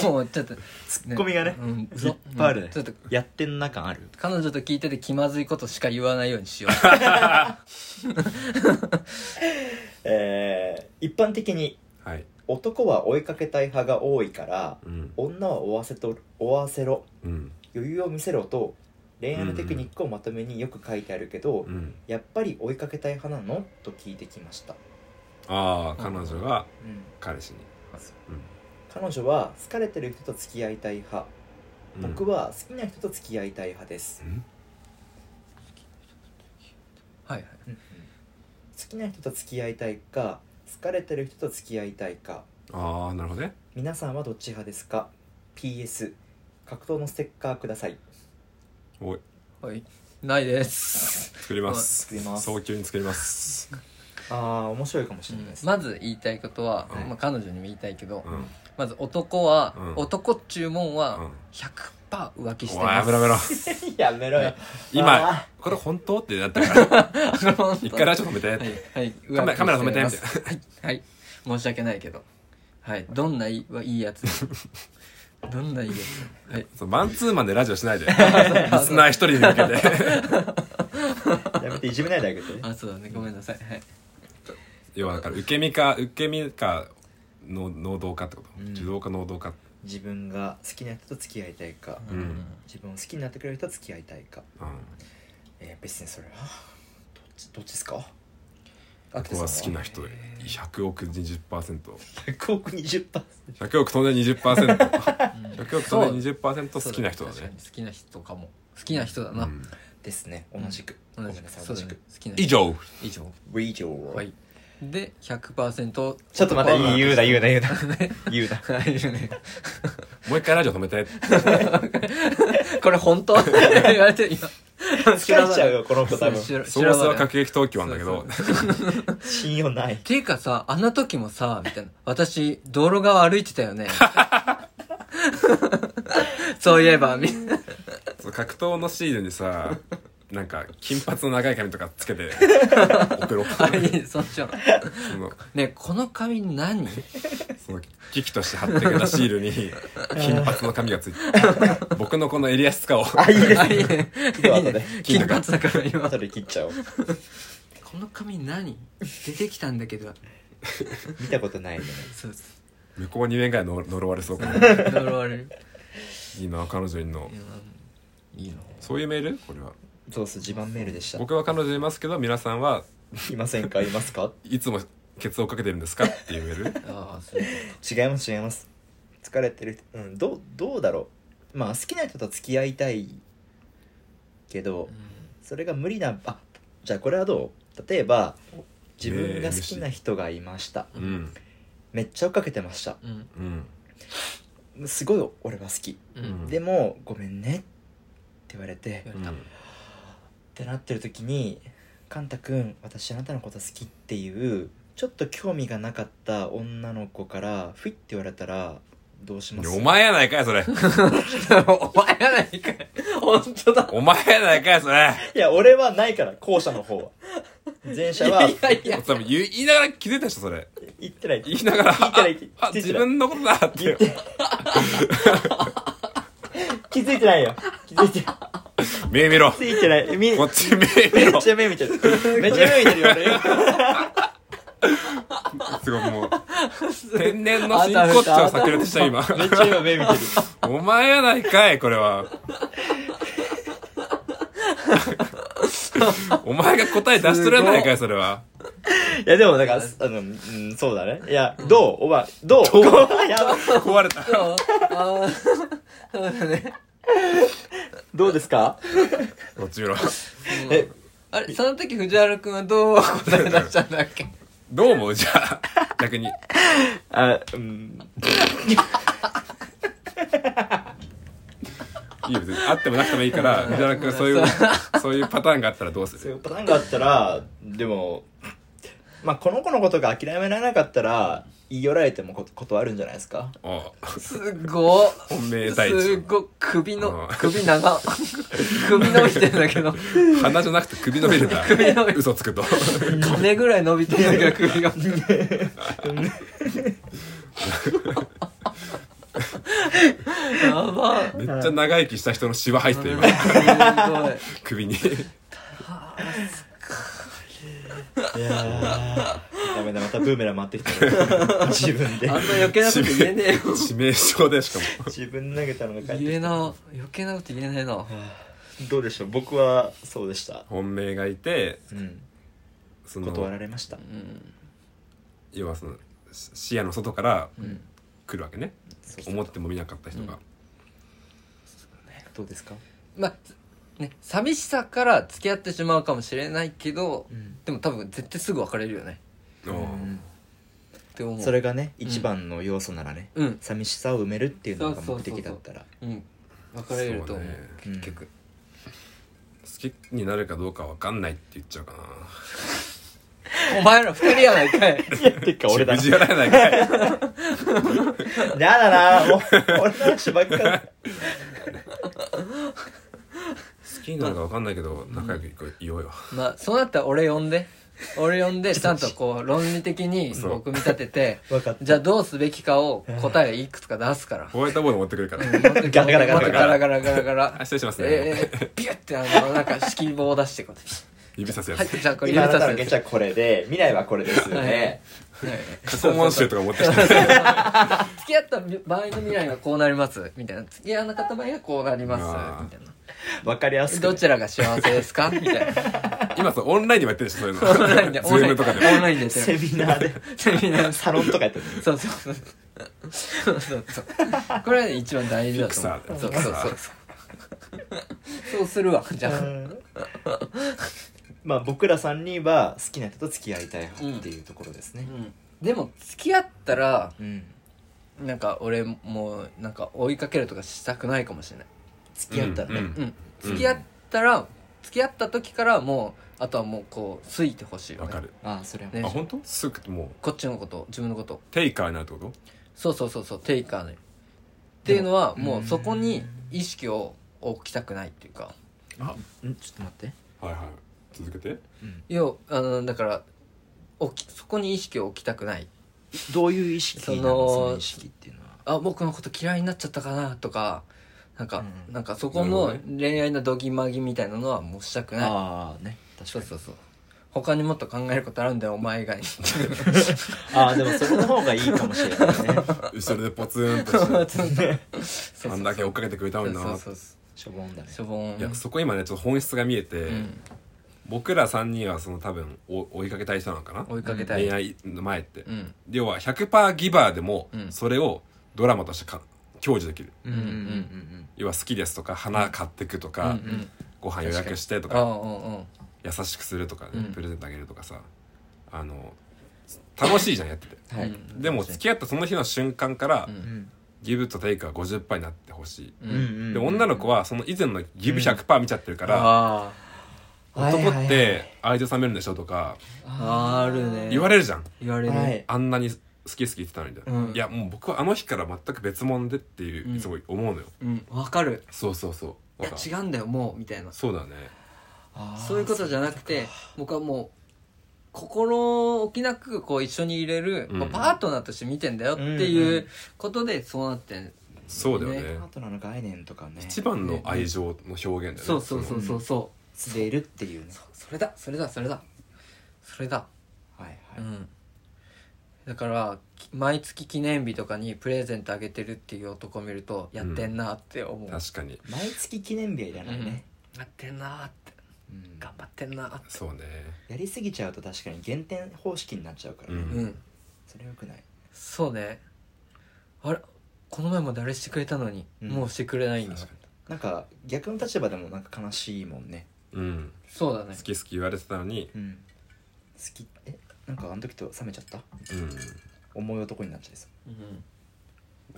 [SPEAKER 3] もうちょっと
[SPEAKER 1] ツッコミがね
[SPEAKER 3] うん、
[SPEAKER 1] いっぱいあるね
[SPEAKER 3] うんちょっと
[SPEAKER 1] やってんな感ある
[SPEAKER 3] 彼女と聞いてて気まずいことしか言わないようにしよ
[SPEAKER 1] えー一般的に
[SPEAKER 2] はい
[SPEAKER 1] 男は追いかけたい派が多いから
[SPEAKER 2] うん
[SPEAKER 1] 女は追わせと追わせろ
[SPEAKER 2] うん
[SPEAKER 1] 余裕を見せろと恋愛のテクニックをまとめによく書いてあるけど、
[SPEAKER 2] うん
[SPEAKER 1] やっぱり追いかけたい派なのと聞いてきました、
[SPEAKER 2] ああ彼女が彼氏に
[SPEAKER 1] 彼女は好かれてる人と付き合いたい派、
[SPEAKER 2] うん
[SPEAKER 1] 僕は好きな人と付き合いたい派です
[SPEAKER 2] う、ん
[SPEAKER 3] うはいはい
[SPEAKER 1] 好きな人と付き合いたいか好かれてる人と付き合いたいか
[SPEAKER 2] ああなるほどね
[SPEAKER 1] 皆さんはどっち派ですか PS 格闘のステッカーください
[SPEAKER 2] おい
[SPEAKER 3] はいないです、
[SPEAKER 2] 作ります
[SPEAKER 1] 作ります
[SPEAKER 2] 早急に作ります
[SPEAKER 1] ああ面白いかも
[SPEAKER 3] う
[SPEAKER 1] しれない
[SPEAKER 3] ん
[SPEAKER 1] です、
[SPEAKER 3] まず言いたいことは、
[SPEAKER 2] はい
[SPEAKER 3] まあ、彼女にも言いたいけど、
[SPEAKER 2] うん
[SPEAKER 3] まず男は、
[SPEAKER 2] うん
[SPEAKER 3] 男っちゅうもん
[SPEAKER 2] う
[SPEAKER 3] は
[SPEAKER 2] ん
[SPEAKER 3] 100%浮気して
[SPEAKER 2] おい
[SPEAKER 3] ま
[SPEAKER 2] や
[SPEAKER 3] す
[SPEAKER 2] めろやめろ
[SPEAKER 1] <laughs> やめろよ、
[SPEAKER 3] はい
[SPEAKER 2] 今
[SPEAKER 1] あ
[SPEAKER 2] これ本当ってなったから
[SPEAKER 3] 本当
[SPEAKER 2] 一回ラジオ止め
[SPEAKER 3] はい
[SPEAKER 2] て
[SPEAKER 3] はい
[SPEAKER 2] カメラカメラ止めて
[SPEAKER 3] 浮気してますはいはい申し訳ないけどはいどんないいはいいやつどんないいやつはい
[SPEAKER 2] そうマンツーマンでラジオし
[SPEAKER 1] <laughs>
[SPEAKER 2] ないでリスナー一人に向けて
[SPEAKER 1] ーやめていじめないであげて
[SPEAKER 3] あそうだねごめんなさいはい
[SPEAKER 2] 要はだから受け身か受け身かの能動かってこと
[SPEAKER 1] うん
[SPEAKER 2] 受動か能動か
[SPEAKER 1] 自分が好きな人と付き合いたいか、
[SPEAKER 2] うん
[SPEAKER 1] 自分を好きになってくれる人と付き合いたいか
[SPEAKER 2] うん
[SPEAKER 1] えー別にそれはどっちどっちですか
[SPEAKER 2] 僕は好きな人
[SPEAKER 1] で
[SPEAKER 2] 100億 20%100
[SPEAKER 1] <laughs> 100億20%
[SPEAKER 2] 億飛んで 20%100
[SPEAKER 3] うん
[SPEAKER 2] 億飛んで20%好きな人だ
[SPEAKER 3] そう
[SPEAKER 2] ね
[SPEAKER 3] 確かに好きな人かも好きな人だな、
[SPEAKER 2] うん
[SPEAKER 1] ですね同
[SPEAKER 3] ん
[SPEAKER 1] じく、
[SPEAKER 3] 同
[SPEAKER 1] ご
[SPEAKER 3] じ
[SPEAKER 1] めん
[SPEAKER 3] く
[SPEAKER 1] なさい
[SPEAKER 3] そ
[SPEAKER 1] 同
[SPEAKER 3] うだ
[SPEAKER 1] じ
[SPEAKER 3] ね
[SPEAKER 1] く
[SPEAKER 3] 好きな人
[SPEAKER 2] 以上
[SPEAKER 3] 以上
[SPEAKER 1] 以上
[SPEAKER 3] はいで100%
[SPEAKER 1] ちょっと待って言うな言うな言うな言うな
[SPEAKER 3] <laughs> はいいるね
[SPEAKER 2] もう一回ラジオ止
[SPEAKER 3] <laughs>
[SPEAKER 2] めて
[SPEAKER 3] これ本当って <laughs> 言われて
[SPEAKER 1] <laughs>
[SPEAKER 3] 今
[SPEAKER 1] 疲れちゃうよこの子多
[SPEAKER 3] <laughs>
[SPEAKER 1] 分
[SPEAKER 3] 知ら
[SPEAKER 2] ソースは
[SPEAKER 3] かけ
[SPEAKER 2] 各駅東京なんだけど
[SPEAKER 1] 信用ない
[SPEAKER 3] ていうかさあの時もさみたいな私道路側歩いてた
[SPEAKER 1] <laughs>
[SPEAKER 3] よねそういえばみんな
[SPEAKER 2] そう格闘のシーズンにさなんか金髪の長い髪とかつけて送ろう
[SPEAKER 3] あいいそっちは
[SPEAKER 2] その
[SPEAKER 3] ねこの髪
[SPEAKER 1] <laughs>
[SPEAKER 3] 何
[SPEAKER 2] その機器として貼ってくれたシール
[SPEAKER 3] <laughs>
[SPEAKER 2] に金髪の髪がついて僕のこの襟足使おう
[SPEAKER 1] あいいです
[SPEAKER 3] あい
[SPEAKER 1] ね
[SPEAKER 3] いね
[SPEAKER 1] 今
[SPEAKER 3] いい
[SPEAKER 1] 後
[SPEAKER 3] ね
[SPEAKER 1] で
[SPEAKER 3] 金髪だから
[SPEAKER 1] <laughs>
[SPEAKER 3] 今
[SPEAKER 1] 後で切っちゃおう
[SPEAKER 3] この髪何出てきたんだけど
[SPEAKER 1] 見たことないよね
[SPEAKER 3] そうです
[SPEAKER 2] 向こう2年ぐらいの呪われそうかな
[SPEAKER 3] 呪われる
[SPEAKER 2] いいな彼女いんの
[SPEAKER 3] いや
[SPEAKER 1] いいの
[SPEAKER 2] そういうメールこれは
[SPEAKER 1] そうそう地盤メールでした
[SPEAKER 2] 僕は彼女いますけど皆さんはい
[SPEAKER 1] ませんかいますか
[SPEAKER 2] いつもケツをかけてるんですかっていうメール
[SPEAKER 3] ああそういうこ
[SPEAKER 1] 違います違います疲れてる人うんどうどうだろうまあ好きな人と付き合いたいけど
[SPEAKER 3] と
[SPEAKER 1] それが無理なあじゃあこれはどう例えば自分が好きな人がいました
[SPEAKER 2] うん
[SPEAKER 1] めっちゃ追っかけてました
[SPEAKER 3] うん
[SPEAKER 2] うん
[SPEAKER 1] すごい俺は好き
[SPEAKER 3] うんうん
[SPEAKER 1] でも「ごめんね」って言われてっ
[SPEAKER 2] うん
[SPEAKER 1] てなってる時に「カンタくん私あなたのこと好き」っていうちょっと興味がなかった女の子からふいって言われたらどうします
[SPEAKER 2] お前やないかいそれ
[SPEAKER 3] お前やないかい本当だ
[SPEAKER 2] お前やないかいそれ
[SPEAKER 1] いや俺はないから後者の方は前者
[SPEAKER 3] い
[SPEAKER 1] は
[SPEAKER 3] やいやいや
[SPEAKER 2] 多分言い言いながら気づいたでしょそれ
[SPEAKER 1] 言ってない
[SPEAKER 2] 言いながら
[SPEAKER 1] 聞いてない
[SPEAKER 2] ああ
[SPEAKER 1] 聞い
[SPEAKER 2] 自
[SPEAKER 1] てない
[SPEAKER 2] 分のことだって
[SPEAKER 1] 言って気づいてないよ気づいて気
[SPEAKER 2] 目見ろ
[SPEAKER 1] づいてないみ
[SPEAKER 2] こ
[SPEAKER 1] め
[SPEAKER 2] っち目見
[SPEAKER 1] っ
[SPEAKER 2] ろ
[SPEAKER 1] ちゃ目見てるめっちゃ目見てるよ
[SPEAKER 2] <laughs>
[SPEAKER 1] 俺
[SPEAKER 2] すごいもう <laughs> 天然の真骨頂を炸裂した今
[SPEAKER 1] めっちゃ今目見てる
[SPEAKER 2] <laughs> お前やないかいこれ
[SPEAKER 1] <laughs>
[SPEAKER 2] はお前が答え出しとるやないかいそれはい
[SPEAKER 1] やでもだからあの、うん、そうだねいやどうお前どう <laughs> やばい
[SPEAKER 2] 壊れた
[SPEAKER 3] ああそうだね
[SPEAKER 1] どうですか
[SPEAKER 2] こっち見ろ
[SPEAKER 1] え
[SPEAKER 3] あれその時藤原くんはどう答え出したんだっけ
[SPEAKER 2] どう思うじゃあ逆に
[SPEAKER 1] あうん
[SPEAKER 2] いいよ別にあってもなくてもいい
[SPEAKER 1] <laughs>
[SPEAKER 2] から藤原君そういうそういうパターンがあったらどうす
[SPEAKER 1] そういう
[SPEAKER 2] る
[SPEAKER 1] パターンがあったらでもまあこの子のことが諦められなかったら言い寄られてもこ断るんじゃないですか
[SPEAKER 2] おう
[SPEAKER 3] すごっ
[SPEAKER 2] 本命第
[SPEAKER 3] す
[SPEAKER 2] 一
[SPEAKER 3] ごっ首の
[SPEAKER 2] うん
[SPEAKER 3] 首長っ <laughs> 首伸びてんだけど
[SPEAKER 2] 鼻じゃなくて首伸び
[SPEAKER 1] <laughs>
[SPEAKER 2] るな
[SPEAKER 3] 首伸び
[SPEAKER 2] 嘘つくと
[SPEAKER 3] 金ぐらい伸びてんだけど首がやばっ
[SPEAKER 2] めっちゃ長生きした人のシワ入ってる今
[SPEAKER 3] す
[SPEAKER 2] 首に
[SPEAKER 1] いやーダメだまたブーメラン回ってき
[SPEAKER 3] <laughs>
[SPEAKER 1] たね自分で
[SPEAKER 3] ごいあんな余計なこと言えねえよ
[SPEAKER 2] <laughs> 致命傷でしか
[SPEAKER 1] 自分投げたのが返って
[SPEAKER 3] 言
[SPEAKER 1] き
[SPEAKER 3] え
[SPEAKER 1] た
[SPEAKER 3] な余計なこと言えないな
[SPEAKER 1] どうでしょう僕はそうでした、
[SPEAKER 2] も本命がいて
[SPEAKER 1] うん、
[SPEAKER 2] その
[SPEAKER 1] 断られました
[SPEAKER 3] うん
[SPEAKER 2] 要はそのし視野の外から
[SPEAKER 3] うん
[SPEAKER 2] 来るわけね
[SPEAKER 1] そう
[SPEAKER 2] 思っても見なかった人が、
[SPEAKER 1] どうですか、
[SPEAKER 3] まあね寂しさから付き合ってしまうかもしれないけどでも多分絶対すぐ別れるよね
[SPEAKER 2] うん
[SPEAKER 3] って思う
[SPEAKER 1] それがね
[SPEAKER 3] ん
[SPEAKER 1] 一番の要素ならね、
[SPEAKER 3] うん
[SPEAKER 1] 寂しさを埋めるっていうのが
[SPEAKER 3] そう
[SPEAKER 1] 目
[SPEAKER 3] そうそうそう
[SPEAKER 1] 的だったら
[SPEAKER 3] うん別れると思う
[SPEAKER 2] そう
[SPEAKER 1] ね
[SPEAKER 3] 結局
[SPEAKER 2] 好きになるかどうかわかんないって言っちゃうかな
[SPEAKER 3] お前ら二人やないかい
[SPEAKER 1] いやてか俺だ
[SPEAKER 2] 藤原やないかい
[SPEAKER 1] <laughs> やだな
[SPEAKER 3] <laughs>
[SPEAKER 1] もう俺の話ばっかり
[SPEAKER 2] 好きになるかわかんないけど仲良くいこういようよ
[SPEAKER 3] まあそうなったら俺呼んで俺呼んでちゃんとこう論理的に
[SPEAKER 2] そう
[SPEAKER 3] 僕見立てて
[SPEAKER 1] 分かった
[SPEAKER 3] じゃあどうすべきかを答えいくつか出すから
[SPEAKER 2] ホワイトボード持ってくるから
[SPEAKER 1] ガラガラガラガ
[SPEAKER 3] ガラ
[SPEAKER 1] ラ
[SPEAKER 3] ガラガラガラ
[SPEAKER 2] あ失礼しますね
[SPEAKER 3] えービュッてあのなんか指揮棒を出してこ
[SPEAKER 2] <laughs>
[SPEAKER 3] う
[SPEAKER 2] 指さすや
[SPEAKER 3] はい
[SPEAKER 2] つ
[SPEAKER 3] じゃあこれ指
[SPEAKER 1] 今あな
[SPEAKER 3] さ
[SPEAKER 1] た
[SPEAKER 3] す
[SPEAKER 1] の
[SPEAKER 3] やつ
[SPEAKER 1] 現実はこれで未来はこれですよね、
[SPEAKER 3] はい
[SPEAKER 2] 過去問集とか持ってき
[SPEAKER 3] <laughs>
[SPEAKER 2] て
[SPEAKER 3] 付き合った場合の未来はこうなりますみたいな付き合わなかった場合はこうなります
[SPEAKER 2] あー
[SPEAKER 3] みたいな
[SPEAKER 1] 分かりやすく
[SPEAKER 3] どちらが幸せです
[SPEAKER 2] <laughs>
[SPEAKER 3] かみたいな
[SPEAKER 2] 今そうオンラインでもやってるでしょそういうの
[SPEAKER 3] オンラインでオンライ
[SPEAKER 2] Zoom
[SPEAKER 3] ンで
[SPEAKER 2] とかで
[SPEAKER 3] オンラインで
[SPEAKER 1] セミナーで
[SPEAKER 3] セミナー
[SPEAKER 1] サロンとかやってる
[SPEAKER 3] そうそうそうそうそうそうこれはね一番大事だと思
[SPEAKER 2] ピク
[SPEAKER 3] う
[SPEAKER 2] サ
[SPEAKER 3] そ
[SPEAKER 2] ー
[SPEAKER 3] う
[SPEAKER 2] だよ
[SPEAKER 3] そうそうそうそうするわじゃあ
[SPEAKER 1] まあ僕ら3人は好きな人と付き合いたい派っていうところですね
[SPEAKER 3] うんでも付き合ったら
[SPEAKER 1] うん
[SPEAKER 3] なんか俺もうなんか追いかけるとかしたくないかもしれない
[SPEAKER 1] 付き合ったらね、
[SPEAKER 2] うん
[SPEAKER 3] うん付き合ったら付き合った時からもうあとはもうこう好いてほしいよ
[SPEAKER 2] わ
[SPEAKER 3] ね
[SPEAKER 2] かる
[SPEAKER 1] ああそれは、
[SPEAKER 3] ね
[SPEAKER 2] あ本当すぐもう
[SPEAKER 3] こっちのこと自分のこと
[SPEAKER 2] テイカーになるってこと
[SPEAKER 3] そうそうそうそうテイカーねっていうのはもうそこに意識を置きたくないっていうか
[SPEAKER 1] んちょっと待って
[SPEAKER 2] はいはい続けて
[SPEAKER 3] いやあのだから置きそこに意識を置きたくない
[SPEAKER 1] どういう意識なの
[SPEAKER 3] そ
[SPEAKER 1] そ
[SPEAKER 3] の
[SPEAKER 1] の意識っていうのは
[SPEAKER 3] あ僕のこと嫌いになっちゃったかなとかなんか、
[SPEAKER 1] うん
[SPEAKER 3] なんかそこ
[SPEAKER 2] なるほ
[SPEAKER 3] の
[SPEAKER 2] どね
[SPEAKER 3] 恋愛のどぎまぎみたいなのはもうしたくない
[SPEAKER 1] ああね確
[SPEAKER 3] そうそうそう他にもっと考えることあるんだよお前以 <laughs> 外に
[SPEAKER 1] ああでもそれの方がいいかもしれないね
[SPEAKER 2] 後ろでポツンとして
[SPEAKER 3] そう
[SPEAKER 2] あんだけ追っかけてくれた
[SPEAKER 3] そ
[SPEAKER 2] の
[SPEAKER 3] う
[SPEAKER 2] にな
[SPEAKER 3] そうそうそ
[SPEAKER 1] <laughs> しょぼんだね
[SPEAKER 3] うしょぼん
[SPEAKER 2] いやそこ今ねちょっと本質が見えて、
[SPEAKER 3] うん、
[SPEAKER 2] 僕ら3人はその多分お追いかけたい人なのかな
[SPEAKER 3] 追いかけたい、
[SPEAKER 2] 恋
[SPEAKER 3] うん
[SPEAKER 2] 愛の前って、要は100%ギバーでも
[SPEAKER 3] うん
[SPEAKER 2] それをドラマとしてか享受できる
[SPEAKER 1] うんうんうんうん
[SPEAKER 2] 要は好きですとか花買ってくと
[SPEAKER 3] う
[SPEAKER 2] か、
[SPEAKER 3] んうん
[SPEAKER 2] ご飯予約してと
[SPEAKER 3] ああ
[SPEAKER 2] か
[SPEAKER 3] うんうん
[SPEAKER 2] 優しくするとかね、
[SPEAKER 3] うん
[SPEAKER 2] プレゼントあげるとかさあの楽しいじゃんやってて
[SPEAKER 1] うんはい
[SPEAKER 3] うん
[SPEAKER 2] でも付き合ったその日の瞬間から、
[SPEAKER 3] うん
[SPEAKER 1] うん
[SPEAKER 2] ギブとテイクは50%になってほしい、
[SPEAKER 3] う
[SPEAKER 1] うん
[SPEAKER 3] ん
[SPEAKER 1] うん
[SPEAKER 2] で女の子はその以前のギブ100%見ちゃってるから、
[SPEAKER 3] あ
[SPEAKER 1] はいはい
[SPEAKER 2] 男
[SPEAKER 1] はい
[SPEAKER 2] って愛情冷めるんでしょとか
[SPEAKER 3] ああるね
[SPEAKER 2] 言われるじゃん、
[SPEAKER 3] 言われる、
[SPEAKER 1] はい
[SPEAKER 2] あんなに好き好き言ってたのに、
[SPEAKER 3] うん
[SPEAKER 2] いやもう僕はあの日から全く別物でっていう、
[SPEAKER 3] うん
[SPEAKER 2] いつも思うのよ
[SPEAKER 3] うんわかる
[SPEAKER 2] そうそうそう
[SPEAKER 3] い
[SPEAKER 2] わ
[SPEAKER 3] や
[SPEAKER 2] かる
[SPEAKER 3] 違うんだよもうみたいな
[SPEAKER 2] そうだね
[SPEAKER 1] あー
[SPEAKER 3] そういうことじゃなくて僕はもう心置きなくこう一緒にいれる、
[SPEAKER 2] うん
[SPEAKER 3] まあパートナーとして見てんだよっていううことでそうなってん、
[SPEAKER 2] そうだよね
[SPEAKER 1] パートナーの概念とかね
[SPEAKER 2] 一番の愛情の表現だよね
[SPEAKER 3] そうそうそうそうそう
[SPEAKER 1] 素でいるっていうね
[SPEAKER 3] そうそれだそれだそれだそれだ
[SPEAKER 1] はいはい、
[SPEAKER 3] うんだからき毎月記念日とかにプレゼントあげてるっていう男を見るとやってんなって思う、や
[SPEAKER 2] 確かに
[SPEAKER 1] 毎月記念日はいらないね、
[SPEAKER 3] ってんなって
[SPEAKER 1] うん
[SPEAKER 3] 頑張ってんなって
[SPEAKER 2] そうね
[SPEAKER 1] やりすぎちゃうと確かに減点方式になっちゃうからね、
[SPEAKER 2] うん
[SPEAKER 3] うん
[SPEAKER 1] それよくない
[SPEAKER 3] そうねあれこの前まであれしてくれたのに、
[SPEAKER 1] うん
[SPEAKER 3] もうしてくれないんだ
[SPEAKER 2] 確か
[SPEAKER 1] なんか逆の立場でもなんか悲しいもんね
[SPEAKER 2] にうん
[SPEAKER 3] そうだね
[SPEAKER 2] 好き好き言われてたのに
[SPEAKER 1] うん好きえなんかあの時と冷めちゃった
[SPEAKER 2] うん
[SPEAKER 1] 重い男になっちゃいそう
[SPEAKER 3] うん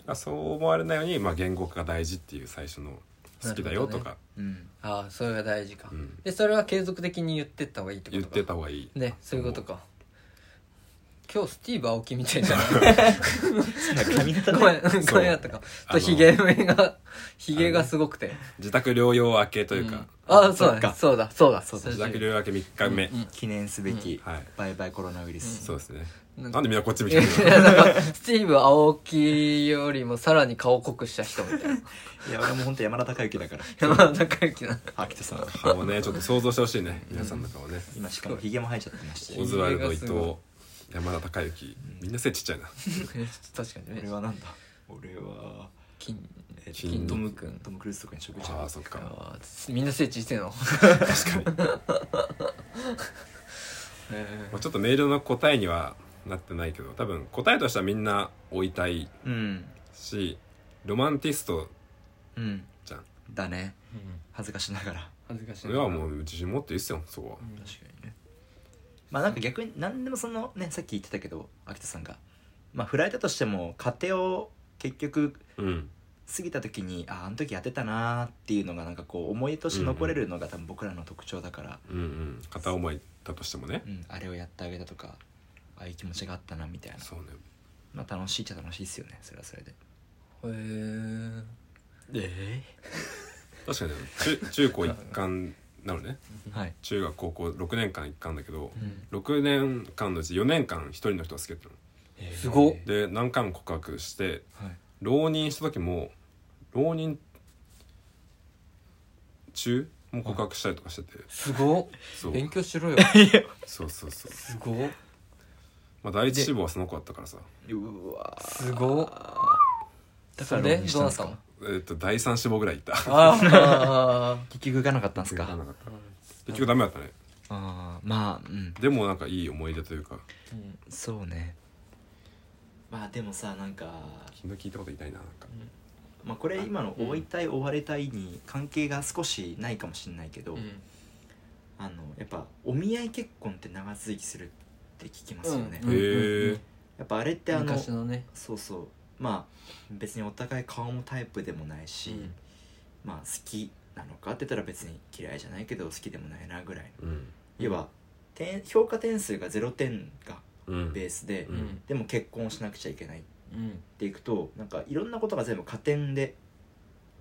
[SPEAKER 2] あそう思われないように、まあ、言語化が大事っていう最初の「好きだよ」とか、
[SPEAKER 1] うん
[SPEAKER 3] ああそれが大事か、
[SPEAKER 2] うん
[SPEAKER 3] でそれは継続的に言ってった方がいいってこ
[SPEAKER 2] 言っ
[SPEAKER 3] とか
[SPEAKER 2] てた方がいい
[SPEAKER 3] ねそういうことか今日スティーブ・アオキみたいじゃない
[SPEAKER 2] <laughs>
[SPEAKER 1] 髪
[SPEAKER 3] <laughs>
[SPEAKER 1] 型
[SPEAKER 3] ご
[SPEAKER 1] ね
[SPEAKER 3] めんごめんあったかと
[SPEAKER 2] あの
[SPEAKER 3] ひげめがひげがすごくて
[SPEAKER 2] 自宅療養明けというか、
[SPEAKER 3] うんああそう
[SPEAKER 1] そ
[SPEAKER 3] だ
[SPEAKER 1] っか
[SPEAKER 3] そうだそうだそう
[SPEAKER 2] 自宅療養明け3日目、
[SPEAKER 3] うん
[SPEAKER 1] 記念すべき、
[SPEAKER 2] はい
[SPEAKER 1] バイバイコロナウイルス、
[SPEAKER 2] そうですね
[SPEAKER 3] なん
[SPEAKER 2] な
[SPEAKER 3] か
[SPEAKER 2] んでみんなこっち向い
[SPEAKER 3] い <laughs>
[SPEAKER 2] て
[SPEAKER 3] や
[SPEAKER 2] るの <laughs>
[SPEAKER 3] なんかスティーブ・アオキよりもさらに顔濃くした人みたいない
[SPEAKER 1] や俺も本当山田孝之だから
[SPEAKER 3] <laughs> 山田孝之な
[SPEAKER 1] 秋田さん
[SPEAKER 2] 顔をねちょっと想像してほしいね皆さんの顔ね、
[SPEAKER 1] 今しかもヒゲも生えちゃってまして
[SPEAKER 2] オズワルド伊
[SPEAKER 3] すご
[SPEAKER 2] 藤山田孝之みんな背ちっちゃいな
[SPEAKER 3] <laughs> 確かに
[SPEAKER 1] 俺
[SPEAKER 3] ね
[SPEAKER 1] はなんだ俺は
[SPEAKER 3] 金
[SPEAKER 1] えっと
[SPEAKER 2] 金
[SPEAKER 3] トム君
[SPEAKER 1] トム・クルーズとかに食事
[SPEAKER 2] ああそっ
[SPEAKER 3] あ
[SPEAKER 2] か
[SPEAKER 3] ーみんな聖地してんの
[SPEAKER 2] 確かに、まあ、ちょっとメールの答えにはなってないけど多分答えとしてはみんな追いたい
[SPEAKER 1] うん
[SPEAKER 2] しロマンティスト
[SPEAKER 1] うん
[SPEAKER 2] じゃん
[SPEAKER 1] だね恥ずかしながら
[SPEAKER 3] 恥ずかし
[SPEAKER 2] それはもう自信持っていいっすよそこは
[SPEAKER 1] 確かにねまあなんか逆に何でもそのねさっき言ってたけど秋田さんがまあ振られたとしても家庭を結局
[SPEAKER 2] うん
[SPEAKER 1] 過ぎた時にああの時やってたなーっていうのがなんかこう思い出として残れるのが多分僕らの特徴だから、
[SPEAKER 2] うんうん片思いだとしてもね
[SPEAKER 1] うんあれをやってあげたとかああいう気持ちがあったなみたいな、
[SPEAKER 2] そうね
[SPEAKER 1] まあ、楽しいっちゃ楽しいですよねそれはそれで
[SPEAKER 3] へえ
[SPEAKER 1] え
[SPEAKER 2] 確かにね中中高一貫なのね
[SPEAKER 1] えはい
[SPEAKER 2] 中学高校6年間一貫だけど
[SPEAKER 1] うん
[SPEAKER 2] 6年間のうち4年間一人の人が好きだったの
[SPEAKER 3] すごっ
[SPEAKER 1] え
[SPEAKER 2] で何回も告白して
[SPEAKER 1] えはい
[SPEAKER 2] 浪人した時も浪人中も告白したりとかしてて
[SPEAKER 3] すごっ
[SPEAKER 2] そう
[SPEAKER 3] 勉強しろよ
[SPEAKER 2] そうそうそう、
[SPEAKER 3] すごっ
[SPEAKER 2] まあ、第一志望はその子だったからさ
[SPEAKER 1] うわ
[SPEAKER 3] すごっだから
[SPEAKER 1] それ
[SPEAKER 3] ね
[SPEAKER 1] 浪人し
[SPEAKER 3] ど
[SPEAKER 1] た
[SPEAKER 3] うんなったの
[SPEAKER 1] ですか
[SPEAKER 2] えっと第三志望ぐらいいった
[SPEAKER 3] ああ
[SPEAKER 1] 結局行かなかったんです
[SPEAKER 2] な
[SPEAKER 1] か
[SPEAKER 2] んか結局ダメだったね
[SPEAKER 1] あーまあうん
[SPEAKER 2] でもなんかいい思い出というか
[SPEAKER 1] そうねまあでもさなんか、
[SPEAKER 2] 昨日聞いたこといないななんか
[SPEAKER 1] まあ、これ今の「追いたい追われたい」に関係が少しないかもしれないけど、
[SPEAKER 3] うん
[SPEAKER 1] あのやっぱお見合い結婚って長続きするって聞きますよね、
[SPEAKER 3] うん
[SPEAKER 2] へ
[SPEAKER 1] や
[SPEAKER 2] え
[SPEAKER 1] っぱあれってあの
[SPEAKER 3] 昔のね
[SPEAKER 1] そうそうまあ別にお互い顔もタイプでもないし、
[SPEAKER 3] うん
[SPEAKER 1] まあ好きなのかって言ったら別に嫌いじゃないけど好きでもないなぐらい
[SPEAKER 2] うん
[SPEAKER 1] 要は点評価点数が0点が
[SPEAKER 2] うん
[SPEAKER 1] ベースで、
[SPEAKER 2] うん
[SPEAKER 1] でも結婚しなくちゃいけない
[SPEAKER 3] うん
[SPEAKER 1] っていくとなんかいろんなことが全部加点で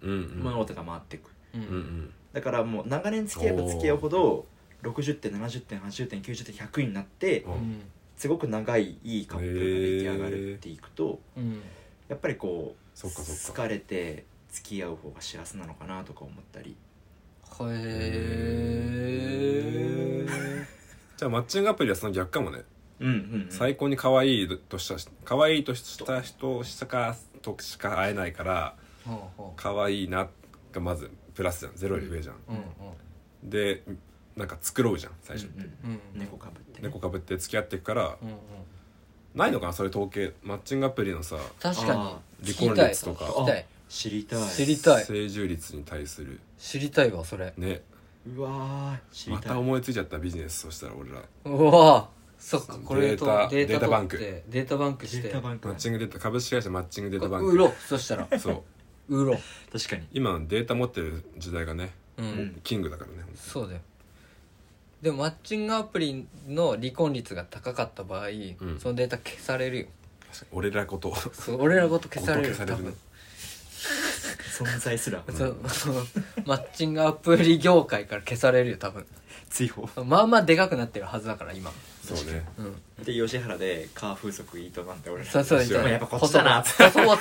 [SPEAKER 2] うんうん
[SPEAKER 1] 物事が回っていく、
[SPEAKER 3] う
[SPEAKER 2] うんん
[SPEAKER 1] だからもう長年付き合えば付き合うほど60点70点80点90点100になって
[SPEAKER 2] う
[SPEAKER 3] うんん
[SPEAKER 1] すごく長いいいカップルが出来上がるっていくと、
[SPEAKER 3] うん
[SPEAKER 1] やっぱりこう
[SPEAKER 2] そっかそっ
[SPEAKER 1] 好
[SPEAKER 2] か
[SPEAKER 1] かれて付き合う方が幸せなのかなとか思ったり
[SPEAKER 3] へえ
[SPEAKER 2] <laughs> じゃあマッチングアプリはその逆かもね、
[SPEAKER 1] うんうん
[SPEAKER 2] 最高に可愛いとしたし可愛いとした人しかとしか会えないから
[SPEAKER 3] ほうほ
[SPEAKER 2] 可愛いながまずプラスじゃんゼロより上じゃん、
[SPEAKER 3] ううん
[SPEAKER 2] でなんか繕うじゃん最初、
[SPEAKER 3] うんうんうん
[SPEAKER 1] 猫かぶってね
[SPEAKER 2] 猫かぶって付き合っていくから
[SPEAKER 3] うんうん
[SPEAKER 2] ないのかなそれ統計マッチングアプリのさ
[SPEAKER 3] 確かに
[SPEAKER 1] あ
[SPEAKER 2] 離婚率と
[SPEAKER 3] 聞
[SPEAKER 2] か
[SPEAKER 3] きたい
[SPEAKER 1] 知りたい
[SPEAKER 3] 知りたい
[SPEAKER 2] 性重率に対する
[SPEAKER 3] 知りたいわそれ
[SPEAKER 2] ね
[SPEAKER 1] うわー知り
[SPEAKER 2] ま
[SPEAKER 1] た
[SPEAKER 2] た
[SPEAKER 1] い、
[SPEAKER 2] 思いついちゃったビジネスそしたら俺ら
[SPEAKER 3] うわそっかこれと
[SPEAKER 2] データ
[SPEAKER 3] データ
[SPEAKER 2] データバンク
[SPEAKER 3] 取ってデータバンク
[SPEAKER 1] デ
[SPEAKER 3] して
[SPEAKER 1] ータバンク
[SPEAKER 2] マ
[SPEAKER 1] だ
[SPEAKER 2] ッチングデータ株式会社マッチングデータバン
[SPEAKER 3] 売ろ
[SPEAKER 2] ク
[SPEAKER 3] うそしたら
[SPEAKER 2] そう
[SPEAKER 3] 売ろう
[SPEAKER 1] 確かに
[SPEAKER 2] 今のデータ持ってる時代がね
[SPEAKER 3] うん
[SPEAKER 2] キングだからね
[SPEAKER 3] そうだよでもマッチングアプリの離婚率が高かった場合、
[SPEAKER 2] ん
[SPEAKER 3] そのデータ消されるよ
[SPEAKER 2] 俺らこと
[SPEAKER 3] そう俺らごと消されるよ
[SPEAKER 2] 消され
[SPEAKER 3] 多
[SPEAKER 2] るね
[SPEAKER 3] 分
[SPEAKER 1] 存在すら
[SPEAKER 3] そうマッチングアプリ業界から消されるよ多分
[SPEAKER 1] 追放
[SPEAKER 3] まあまあでかくなってるはずだから今
[SPEAKER 2] そうね
[SPEAKER 3] うん
[SPEAKER 1] で吉原でカー風俗いいとなんて俺ら
[SPEAKER 3] そうそう
[SPEAKER 2] 知らない
[SPEAKER 1] やっぱこっちだな
[SPEAKER 3] 細々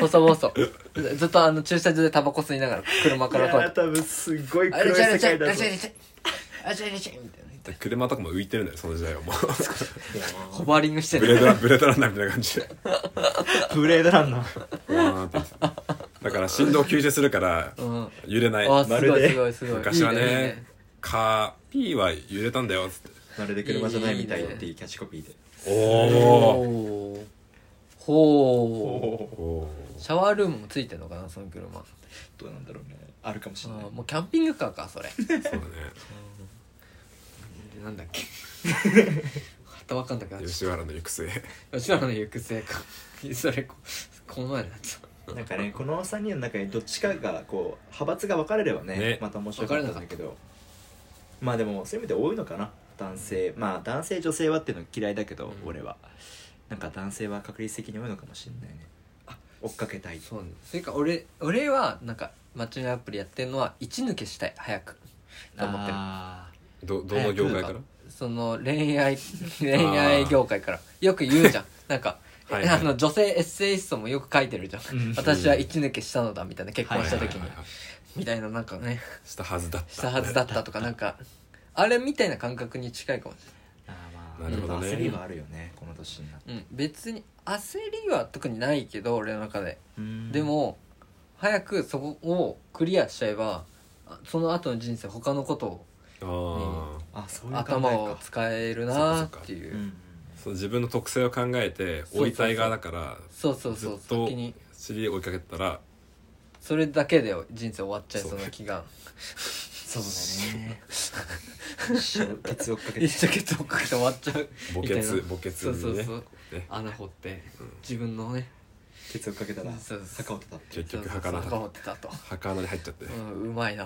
[SPEAKER 3] 細々細々ずっとあの駐車場でタバコ吸いながら車からこう
[SPEAKER 1] い
[SPEAKER 3] や
[SPEAKER 1] や
[SPEAKER 3] っ
[SPEAKER 1] ー
[SPEAKER 3] て
[SPEAKER 1] 多分すごい
[SPEAKER 3] あれ
[SPEAKER 1] 黒い
[SPEAKER 3] ちゃ
[SPEAKER 1] 世
[SPEAKER 3] れちゃれ
[SPEAKER 1] 界
[SPEAKER 3] ちゃ
[SPEAKER 1] だ
[SPEAKER 3] れ
[SPEAKER 1] ぞ
[SPEAKER 3] ちゃれちゃあれちゃれちゃみたいな
[SPEAKER 2] 車とかも浮いてるんだよその時代はもう
[SPEAKER 3] ホバリングして
[SPEAKER 2] ブレー
[SPEAKER 3] る
[SPEAKER 2] ドランブレードランナーみたいな感じ
[SPEAKER 3] <laughs>
[SPEAKER 2] で
[SPEAKER 1] ブレードランナー
[SPEAKER 2] わーって言ってただから振動吸収するから
[SPEAKER 3] うんあ
[SPEAKER 2] 揺れない
[SPEAKER 3] ー
[SPEAKER 1] まする
[SPEAKER 3] ごい
[SPEAKER 1] です
[SPEAKER 3] ごいすごい
[SPEAKER 2] 昔はい
[SPEAKER 3] いねいい
[SPEAKER 2] ね
[SPEAKER 3] ね
[SPEAKER 2] カー P は揺れたんだよっつって
[SPEAKER 1] まるで車じゃないみたいっていうキャッチコピーで
[SPEAKER 2] おー
[SPEAKER 3] おーほう
[SPEAKER 1] お
[SPEAKER 2] おー
[SPEAKER 3] シャワールームもついてんのかなその車あ
[SPEAKER 1] どうなんだろうねあるかもしれない
[SPEAKER 3] ーもうキャンピングカーかそれ
[SPEAKER 2] そうだね
[SPEAKER 3] でなんだっけまたわかんなくなっち
[SPEAKER 2] 吉原の行く末
[SPEAKER 3] ゃう吉原の行く末か <laughs> それここの前のやつ
[SPEAKER 1] なんかねこの3人の中にどっちかがこう派閥が分かれればね
[SPEAKER 2] ね
[SPEAKER 1] また面白かったんだけどまあでもそういう意味で多いのかな男性まあ男性女性はっていうの嫌いだけど、
[SPEAKER 3] うん
[SPEAKER 1] 俺はなんか男性は確率的に多いのかもしれないね追っかけたい
[SPEAKER 3] そうねそれか俺俺はなんかマッチングアプリやってるのは一抜けしたい早くと思ってる
[SPEAKER 1] あ
[SPEAKER 2] どどの業界から
[SPEAKER 3] その恋
[SPEAKER 2] <laughs>
[SPEAKER 3] 愛恋愛業界からよく言うじゃんなんか
[SPEAKER 2] はいはい
[SPEAKER 3] あの女性エッセイストもよく書いてるじゃん
[SPEAKER 1] うん
[SPEAKER 3] 私は一抜けしたのだみたいな結婚した時に
[SPEAKER 2] はいはいはいはい
[SPEAKER 3] みたいななんかね
[SPEAKER 2] したはずだった
[SPEAKER 3] したはずだったとかなんかあれみたいな感覚に近いかもし
[SPEAKER 1] ーあーまあ
[SPEAKER 2] なるほどね
[SPEAKER 1] 焦りはあるよねこの年になって
[SPEAKER 3] れない、うん、別に焦りは特にないけど俺の中で
[SPEAKER 1] うん
[SPEAKER 3] でも早くそこをクリアしちゃえばあその後の人生他のことを
[SPEAKER 2] あー
[SPEAKER 1] あそういう考えか
[SPEAKER 3] 頭を使えるなーっていう
[SPEAKER 1] うんうん
[SPEAKER 2] そう自分の特性を考え
[SPEAKER 3] そうそ
[SPEAKER 2] て
[SPEAKER 3] うそう
[SPEAKER 2] 追いたい側だから
[SPEAKER 3] そうそうそう
[SPEAKER 2] ずっと
[SPEAKER 3] 先に
[SPEAKER 2] 尻追いかけてたら
[SPEAKER 3] それだけで人生終わっちゃいそうな気が
[SPEAKER 1] そうだね一生ケツ追っかけて
[SPEAKER 3] 一生懸命追っかけて終わっちゃう
[SPEAKER 2] 墓
[SPEAKER 3] みたいな
[SPEAKER 2] 穴墓穴
[SPEAKER 3] そう
[SPEAKER 2] に
[SPEAKER 3] そう
[SPEAKER 2] ね
[SPEAKER 3] そう
[SPEAKER 2] ね
[SPEAKER 3] 穴掘って自分のね
[SPEAKER 1] ケツ追っかけたら
[SPEAKER 3] そうそう
[SPEAKER 1] 坂をたたって
[SPEAKER 2] 結局
[SPEAKER 3] そう
[SPEAKER 2] 墓穴
[SPEAKER 3] そうそう墓掘ってたと
[SPEAKER 2] 墓穴に入っちゃって
[SPEAKER 3] うんうまいな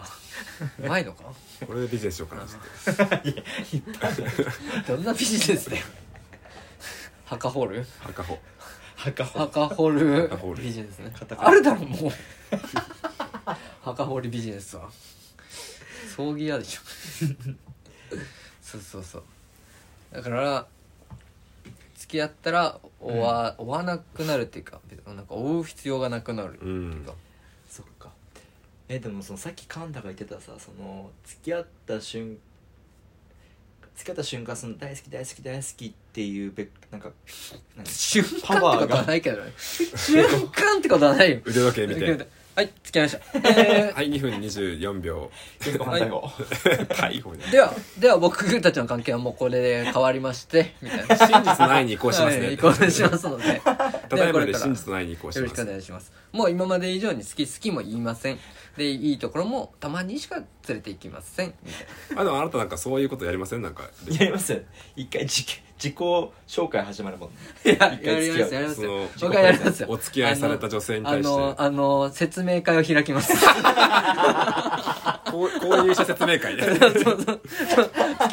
[SPEAKER 3] うまいのか
[SPEAKER 2] これでビジネスしようかなっつって
[SPEAKER 3] どんなビジネスだよ墓掘る
[SPEAKER 2] 墓掘
[SPEAKER 1] 墓を
[SPEAKER 3] 墓掘る
[SPEAKER 2] 墓掘る
[SPEAKER 3] ビジネスね
[SPEAKER 1] カタカナ
[SPEAKER 3] あるだろもう墓掘りビジネスは葬儀屋でしょそうそうそうだから付き合ったら追わ,、追わなくなるっていうか別になんか追う必要がなくなるって
[SPEAKER 2] う
[SPEAKER 3] いうんか、
[SPEAKER 1] そっかえでもそのさっきカンタが言ってたさその付き合った瞬付き合った瞬間その大好き大好き大好きっていうべなんかなんか
[SPEAKER 3] 瞬間って
[SPEAKER 1] パワ
[SPEAKER 3] こ
[SPEAKER 1] ー
[SPEAKER 3] とは
[SPEAKER 1] が
[SPEAKER 3] ないけどね瞬間ってことはないよ
[SPEAKER 2] 腕時計見て
[SPEAKER 3] はい付き合いました、え
[SPEAKER 2] はい2分24秒
[SPEAKER 3] <laughs>
[SPEAKER 1] 結構反対語
[SPEAKER 2] 逮捕ね
[SPEAKER 3] ーではでは僕たちの関係はもうこれで変わりましてみたいな
[SPEAKER 2] 真実の愛に移行しま
[SPEAKER 3] <laughs>
[SPEAKER 2] す
[SPEAKER 3] はい
[SPEAKER 2] ね
[SPEAKER 3] 移行します
[SPEAKER 2] <laughs>
[SPEAKER 3] ので
[SPEAKER 2] ただいま
[SPEAKER 3] で
[SPEAKER 2] で
[SPEAKER 3] はこ
[SPEAKER 2] 真
[SPEAKER 3] れ
[SPEAKER 2] 実の愛に移行し
[SPEAKER 3] よろ
[SPEAKER 2] ま
[SPEAKER 3] しくお
[SPEAKER 2] す
[SPEAKER 3] 願いしますもう今まで以上に好き好きも言いませんでいいところもたまにしか連れて行きま
[SPEAKER 2] <laughs>
[SPEAKER 3] せんみたい
[SPEAKER 2] あでもあなたなんかそういうことやりませんなんかで
[SPEAKER 1] やります一回自自己紹介始まるもんね
[SPEAKER 3] な
[SPEAKER 1] 一回
[SPEAKER 3] やり
[SPEAKER 1] 付
[SPEAKER 3] ま
[SPEAKER 1] き
[SPEAKER 3] す
[SPEAKER 1] 合
[SPEAKER 3] や
[SPEAKER 1] う
[SPEAKER 3] ります
[SPEAKER 2] そ
[SPEAKER 3] よ
[SPEAKER 2] の
[SPEAKER 3] 僕はやりますよ
[SPEAKER 2] お付き合いされた女性に
[SPEAKER 3] あ
[SPEAKER 2] 対して
[SPEAKER 3] のあの説明会を開きます
[SPEAKER 2] こうこういう者説
[SPEAKER 3] <laughs>
[SPEAKER 2] 明会で
[SPEAKER 3] 付き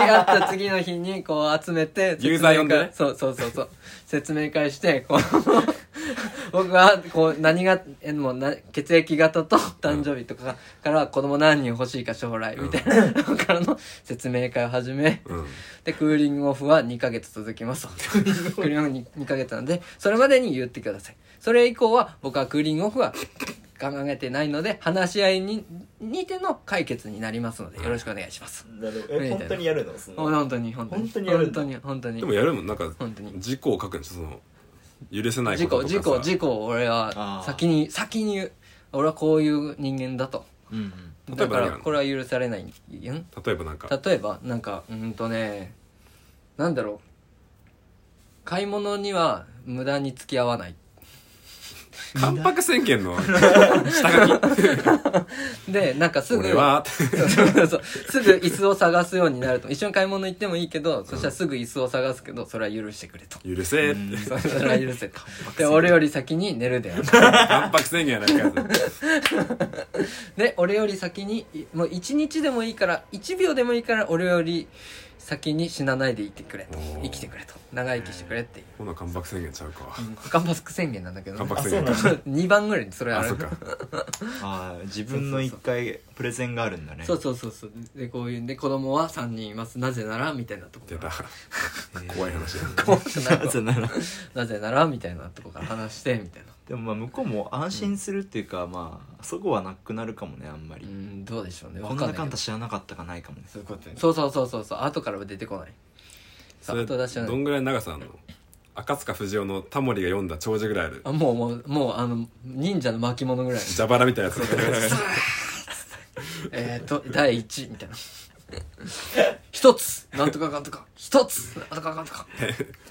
[SPEAKER 3] 合った次の日にこう集めて
[SPEAKER 2] <laughs> ユーザー呼んで
[SPEAKER 3] 説明
[SPEAKER 2] ね
[SPEAKER 3] 会そうそうそうそう説明会してこう <laughs> 僕はこう何がえもうな血液型と誕生日とかから子供何人欲しいか将来みたいなのからの説明会を始め
[SPEAKER 2] うん
[SPEAKER 3] でクーリングオフは2ヶ月続きますクーリングオフ 2, ヶ月なのでそれまでに言ってくださいそれ以降は僕はクーリングオフは考えてないので話し合いににての解決になりますのでよろしくお願いします
[SPEAKER 1] なるほどえ本当にやるのその
[SPEAKER 3] 本当に本当に
[SPEAKER 1] 本当にやるん
[SPEAKER 3] 本
[SPEAKER 1] だ
[SPEAKER 3] 当に本当に
[SPEAKER 2] でもやるもんなんか
[SPEAKER 3] 本当に
[SPEAKER 2] 事故を書くんですよその許せないこ
[SPEAKER 3] 事故
[SPEAKER 2] ととかさ
[SPEAKER 3] 事故事故を俺
[SPEAKER 1] あ
[SPEAKER 3] は
[SPEAKER 1] ー
[SPEAKER 3] 先に先に言う俺はこういう人間だと
[SPEAKER 1] うんうん
[SPEAKER 2] 例え
[SPEAKER 3] だか
[SPEAKER 2] ば何な
[SPEAKER 3] ら
[SPEAKER 2] の
[SPEAKER 3] これは許されないん
[SPEAKER 2] 例えばなんか
[SPEAKER 3] 例えばなんかうーんとねなんだろう買い物には無駄に付き合わない
[SPEAKER 2] 関白宣
[SPEAKER 3] <laughs>
[SPEAKER 2] 言の
[SPEAKER 3] でなんかすぐ
[SPEAKER 2] 俺は
[SPEAKER 3] そうそうすぐ椅子を探すようになると一緒に買い物行ってもいいけどそしたらすぐ椅子を探すけどそれは許してくれと
[SPEAKER 2] 許せって
[SPEAKER 3] それは許せとで俺より先に寝るであると
[SPEAKER 2] 関白宣言やなんかやつ
[SPEAKER 3] で俺より先にいもう1日でもいいから1秒でもいいから俺より先に死なないでいてくれと
[SPEAKER 2] おー
[SPEAKER 3] 生きてくれと長生きしてくれっていう
[SPEAKER 2] ほな関白宣言ちゃうか
[SPEAKER 3] カンパスク宣言なんだけど、
[SPEAKER 2] 関
[SPEAKER 3] ね、
[SPEAKER 2] 白宣言
[SPEAKER 1] あそ
[SPEAKER 3] <laughs> 2番ぐらいにそれあ
[SPEAKER 2] あ
[SPEAKER 3] る
[SPEAKER 2] そっか
[SPEAKER 1] ああ自分の一回プレゼンがあるんだね
[SPEAKER 3] そうそうそうそうでこういうんで子供は3人いますなぜならみたいなとこ
[SPEAKER 2] 出
[SPEAKER 3] か
[SPEAKER 2] た
[SPEAKER 3] ら
[SPEAKER 2] 怖い話や
[SPEAKER 3] <laughs> 怖くな <laughs> る
[SPEAKER 1] <laughs> なぜなら
[SPEAKER 3] なぜならみたいなとこから話してみたいな
[SPEAKER 1] でもまあ向こうも安心するっていうか、まあそこはなくなるかもねあんま
[SPEAKER 3] う
[SPEAKER 1] り、
[SPEAKER 3] んどうでしょうね
[SPEAKER 1] こ
[SPEAKER 3] わ
[SPEAKER 1] ん
[SPEAKER 3] か
[SPEAKER 1] なん
[SPEAKER 3] な
[SPEAKER 1] カ
[SPEAKER 3] いけ
[SPEAKER 1] ンタ
[SPEAKER 3] ど
[SPEAKER 1] 知らなかったかないかもねそういうこと
[SPEAKER 3] そうそうそうそうそう後からは出てこないさ
[SPEAKER 2] それ
[SPEAKER 3] 後出しは
[SPEAKER 2] ど
[SPEAKER 3] ね
[SPEAKER 2] んぐらいの長さあんの赤塚不二夫のタモリが読んだ長寿ぐらいある
[SPEAKER 3] あもうもうもうあの忍者の巻物
[SPEAKER 2] <laughs>
[SPEAKER 3] ぐらい
[SPEAKER 2] 蛇腹みたいなやつ
[SPEAKER 3] えっと第一みたいな一つなんとかかんとか一つなんとかかんと
[SPEAKER 2] <laughs>
[SPEAKER 3] か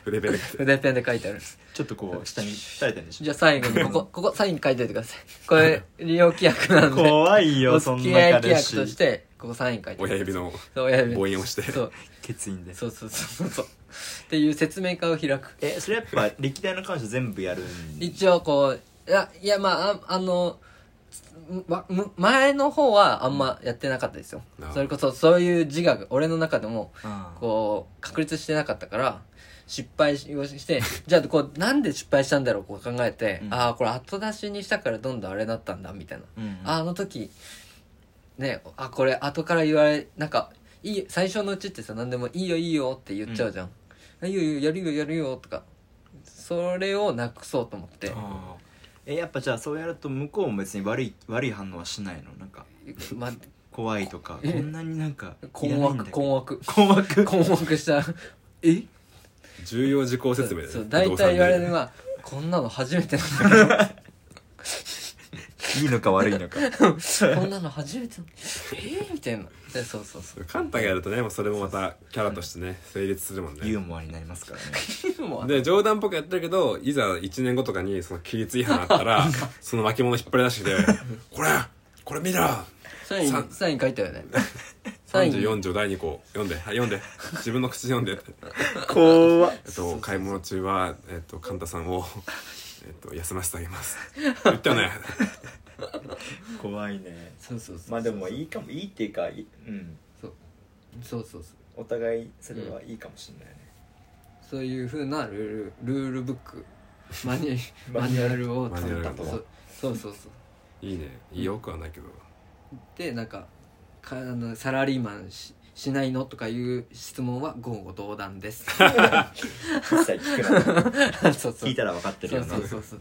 [SPEAKER 2] 筆ペンで
[SPEAKER 3] 筆ペンで書いてある
[SPEAKER 1] ちょっとこう下に垂れてるんでし
[SPEAKER 3] じゃあ最後にこ
[SPEAKER 2] <laughs>
[SPEAKER 3] こここサイン書いといてくださいこれ利用規約なん
[SPEAKER 1] ょ
[SPEAKER 3] で
[SPEAKER 1] <laughs> 怖いよ
[SPEAKER 3] お
[SPEAKER 1] そ
[SPEAKER 3] 付
[SPEAKER 1] ん
[SPEAKER 3] き
[SPEAKER 1] な
[SPEAKER 3] 合い規
[SPEAKER 1] 彼
[SPEAKER 3] 約
[SPEAKER 1] 氏
[SPEAKER 3] としてここサイン書いて
[SPEAKER 2] 親指
[SPEAKER 3] の
[SPEAKER 2] の
[SPEAKER 3] 親指
[SPEAKER 2] 母音をして
[SPEAKER 3] そう
[SPEAKER 1] 欠員で
[SPEAKER 3] そうそうそうそうっていう説明会を開く
[SPEAKER 1] <laughs> えそれやっぱ歴代の彼女全部やるん
[SPEAKER 3] 一応こういやいやまあああのつわむ前の方はあんまやってなかったですよ
[SPEAKER 2] ああ
[SPEAKER 3] それこそそういう自我が俺の中でも
[SPEAKER 1] ああ
[SPEAKER 3] こう確立してなかったから失敗を
[SPEAKER 2] <laughs>
[SPEAKER 3] してじゃあこうなんで失敗したんだろうこう考えて、
[SPEAKER 1] うん
[SPEAKER 3] ああこれ後出しにしたからどんどんあれだったんだみたいな
[SPEAKER 1] うんうん
[SPEAKER 3] ああの時ねあこれ後から言われなんかいい最初のうちってさ何でも「いいよいいよ」って言っちゃうじゃん「いいよいいよやるよやるよ」とかそれをなくそうと思って
[SPEAKER 1] ああえやっぱじゃあそうやると向こうも別に悪い悪い反応はしないのなんか
[SPEAKER 3] ま
[SPEAKER 1] 怖いとかこ
[SPEAKER 3] え
[SPEAKER 1] んなになんか
[SPEAKER 3] 困
[SPEAKER 1] いらないん
[SPEAKER 3] 惑
[SPEAKER 1] だけど
[SPEAKER 3] 困惑
[SPEAKER 1] 困惑
[SPEAKER 3] 困惑したえ
[SPEAKER 2] 重要事項説明
[SPEAKER 3] そう大体言われるのはこんなの初めてなんだ
[SPEAKER 1] いいのか悪いのか
[SPEAKER 3] こんなの初めてなのえーみたいなでそうそうそう
[SPEAKER 2] カンタがやるとねもうそれもまたキャラとしてね成立するもん
[SPEAKER 1] ユー
[SPEAKER 2] ね
[SPEAKER 1] モアになりますからね
[SPEAKER 3] もう
[SPEAKER 2] で冗談っぽくやってるけどいざ1年後とかにその規律違反あったら
[SPEAKER 3] <laughs>
[SPEAKER 2] その巻物引っ張り出してきて「これこれ見ろ
[SPEAKER 3] サイ
[SPEAKER 2] さ
[SPEAKER 3] ンサイン書いたよねサイン
[SPEAKER 2] 34条第2項読んではい読んで自分の口読んで」
[SPEAKER 1] 怖っ
[SPEAKER 2] えっと、買い物中は、えっと、カンタさんを、えっと、休ませてあげます。
[SPEAKER 3] <laughs>
[SPEAKER 2] 言ったよね。
[SPEAKER 1] 怖いね
[SPEAKER 3] そうそうそう
[SPEAKER 1] まあでもいいかもいいっていうかいうん
[SPEAKER 3] そうそうそうそう
[SPEAKER 1] お互いそれはいいかもしれないね、
[SPEAKER 3] そういうふうなルールルールブックマニュ
[SPEAKER 1] マ
[SPEAKER 3] マ
[SPEAKER 1] ニ
[SPEAKER 3] ニュ
[SPEAKER 1] ュア
[SPEAKER 3] ア
[SPEAKER 1] ル
[SPEAKER 3] ルを
[SPEAKER 2] マニュアル
[SPEAKER 3] そう
[SPEAKER 2] を
[SPEAKER 3] そうそうそう
[SPEAKER 2] いいね。よくはないけど。
[SPEAKER 3] でなんかかあのサラリーマンししないのとかいう質問は言語道断です
[SPEAKER 1] 一切聞く
[SPEAKER 3] <laughs>
[SPEAKER 1] な
[SPEAKER 3] そうそう
[SPEAKER 1] 聞いたら分かってる
[SPEAKER 3] そ
[SPEAKER 1] よ
[SPEAKER 3] う
[SPEAKER 1] な
[SPEAKER 3] そうそうそう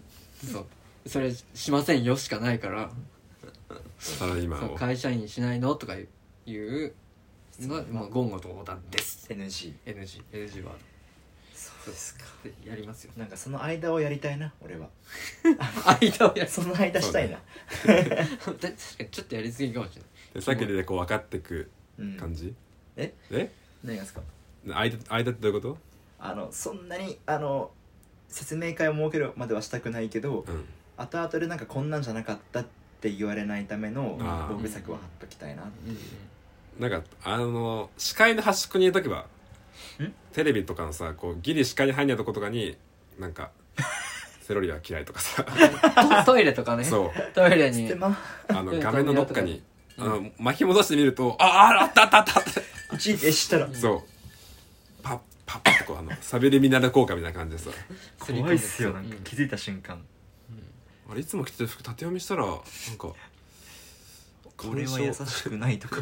[SPEAKER 3] そうそれしませんよしかないから
[SPEAKER 2] サラリーマン
[SPEAKER 3] そう
[SPEAKER 2] を。
[SPEAKER 3] 会社員しないのとかいういうのは、まあ、言語道断です
[SPEAKER 1] NG
[SPEAKER 3] NGNG ワードそうですかやり
[SPEAKER 1] <laughs>
[SPEAKER 3] ますよ
[SPEAKER 1] なんかその間をやりたいな俺
[SPEAKER 3] <laughs>
[SPEAKER 1] は
[SPEAKER 3] 間をやる
[SPEAKER 1] その間したいな
[SPEAKER 3] 確かにちょっとやりすぎかもしれない
[SPEAKER 2] で、さっきでこう分かってく
[SPEAKER 1] うん
[SPEAKER 2] 感じ。
[SPEAKER 1] え
[SPEAKER 2] え
[SPEAKER 1] 何がですか
[SPEAKER 2] 間、間ってどういうこ
[SPEAKER 1] あのそんなにあの説明会を設けるまではしたくないけど
[SPEAKER 2] とうん。
[SPEAKER 1] 後々でなんかこんなんじゃなかったって言われないための
[SPEAKER 2] あー
[SPEAKER 1] 防備策は貼っときたいな
[SPEAKER 2] なんか、あの、視界の端っこにいるときは
[SPEAKER 1] ん、
[SPEAKER 2] テレビとかのさ、こう、ギリ視界に入んないとことかに、な
[SPEAKER 3] <laughs>
[SPEAKER 2] んか、セロリは嫌いとかさ、
[SPEAKER 3] トトイレとかね
[SPEAKER 2] そう。
[SPEAKER 3] トイレに
[SPEAKER 1] でま
[SPEAKER 2] あの、画面のどっかに、
[SPEAKER 3] う
[SPEAKER 2] あ
[SPEAKER 3] ん
[SPEAKER 2] の、巻き戻してみると、あ、ああったあったあったあった
[SPEAKER 1] あ一位でしたら
[SPEAKER 2] そうパッパッパッとこうあのサビルミナル効果みたいな感じでさ
[SPEAKER 1] 怖いっすよなん
[SPEAKER 3] う
[SPEAKER 1] か気づいた瞬間
[SPEAKER 2] あれいつも着てる服縦読みしたらなんか
[SPEAKER 1] これは優しくないとか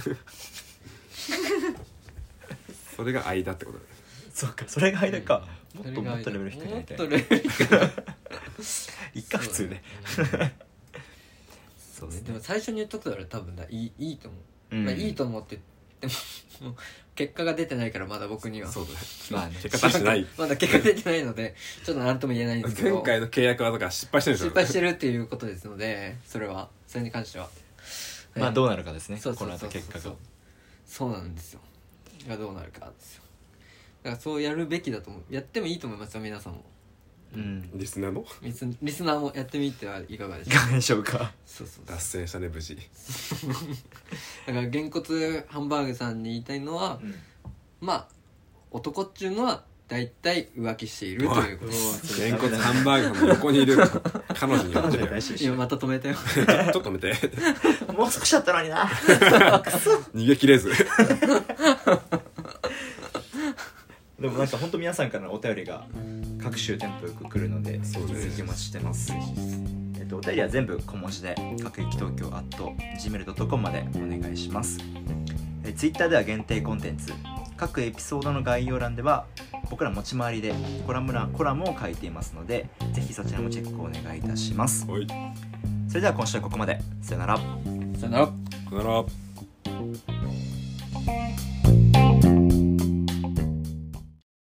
[SPEAKER 2] それが間ってことだね
[SPEAKER 1] <laughs> そうかそれが間かもっと
[SPEAKER 3] それが
[SPEAKER 1] もっとレベル低いなりたい
[SPEAKER 3] もっとレベル低い
[SPEAKER 1] 一回普通ね
[SPEAKER 3] うん最初に言っとくと俺多分だいいいいと思
[SPEAKER 1] う
[SPEAKER 3] う、
[SPEAKER 1] ん
[SPEAKER 3] まあ、いいと思ってでももう結果が出てないからまだ僕には
[SPEAKER 2] そうだね
[SPEAKER 1] まあね
[SPEAKER 2] 結果出してない
[SPEAKER 3] まだ結果出てないのでちょっと何とも言え <laughs> ないんですけど
[SPEAKER 2] 前回の契約はだから失敗してるんです
[SPEAKER 3] 失
[SPEAKER 2] よ
[SPEAKER 3] 敗してるっていうことですのでそれはそれに関しては
[SPEAKER 1] まあ
[SPEAKER 3] う
[SPEAKER 1] どうなるかですね
[SPEAKER 3] そうそ
[SPEAKER 1] こ
[SPEAKER 3] う
[SPEAKER 1] の
[SPEAKER 3] そうそ
[SPEAKER 1] 後
[SPEAKER 3] う
[SPEAKER 1] 結果が
[SPEAKER 3] そうなんですよがどうなるかですよだからそうやるべきだと思うやってもいいと思いますよ皆さんも
[SPEAKER 1] うん
[SPEAKER 2] リスナーの
[SPEAKER 3] リスリスナーもやってみてはいかが
[SPEAKER 1] <laughs>
[SPEAKER 3] でしょうか
[SPEAKER 1] 大丈夫か
[SPEAKER 3] そうそうそう
[SPEAKER 2] 脱線したね無事
[SPEAKER 3] だからげんこつハンバーグさんに言いたいの
[SPEAKER 1] <laughs>
[SPEAKER 3] は、まあ男っちゅうのは大体浮気しているということです
[SPEAKER 2] げんこつハンバーグも横にいる彼女に言ってるよ
[SPEAKER 3] 今また止めたよ
[SPEAKER 2] ちょっと見て
[SPEAKER 1] <laughs> もう少しだったのにな
[SPEAKER 2] 逃げ切れず
[SPEAKER 1] でもなんか本当皆さんからのお便りが各種テンポよく来るので
[SPEAKER 2] そうです
[SPEAKER 1] 引き続きお待ちしてますえっと、お便りは全部小文字で各駅東京 at gmail.com までお願いしますえ Twitter では限定コンテンツ各エピソードの概要欄では僕ら持ち回りでコラム欄コラムを書いていますのでぜひそちらもチェックお願いいたします
[SPEAKER 2] おい
[SPEAKER 1] それでは今週はここまでさよなら
[SPEAKER 3] さよなら
[SPEAKER 2] さよなら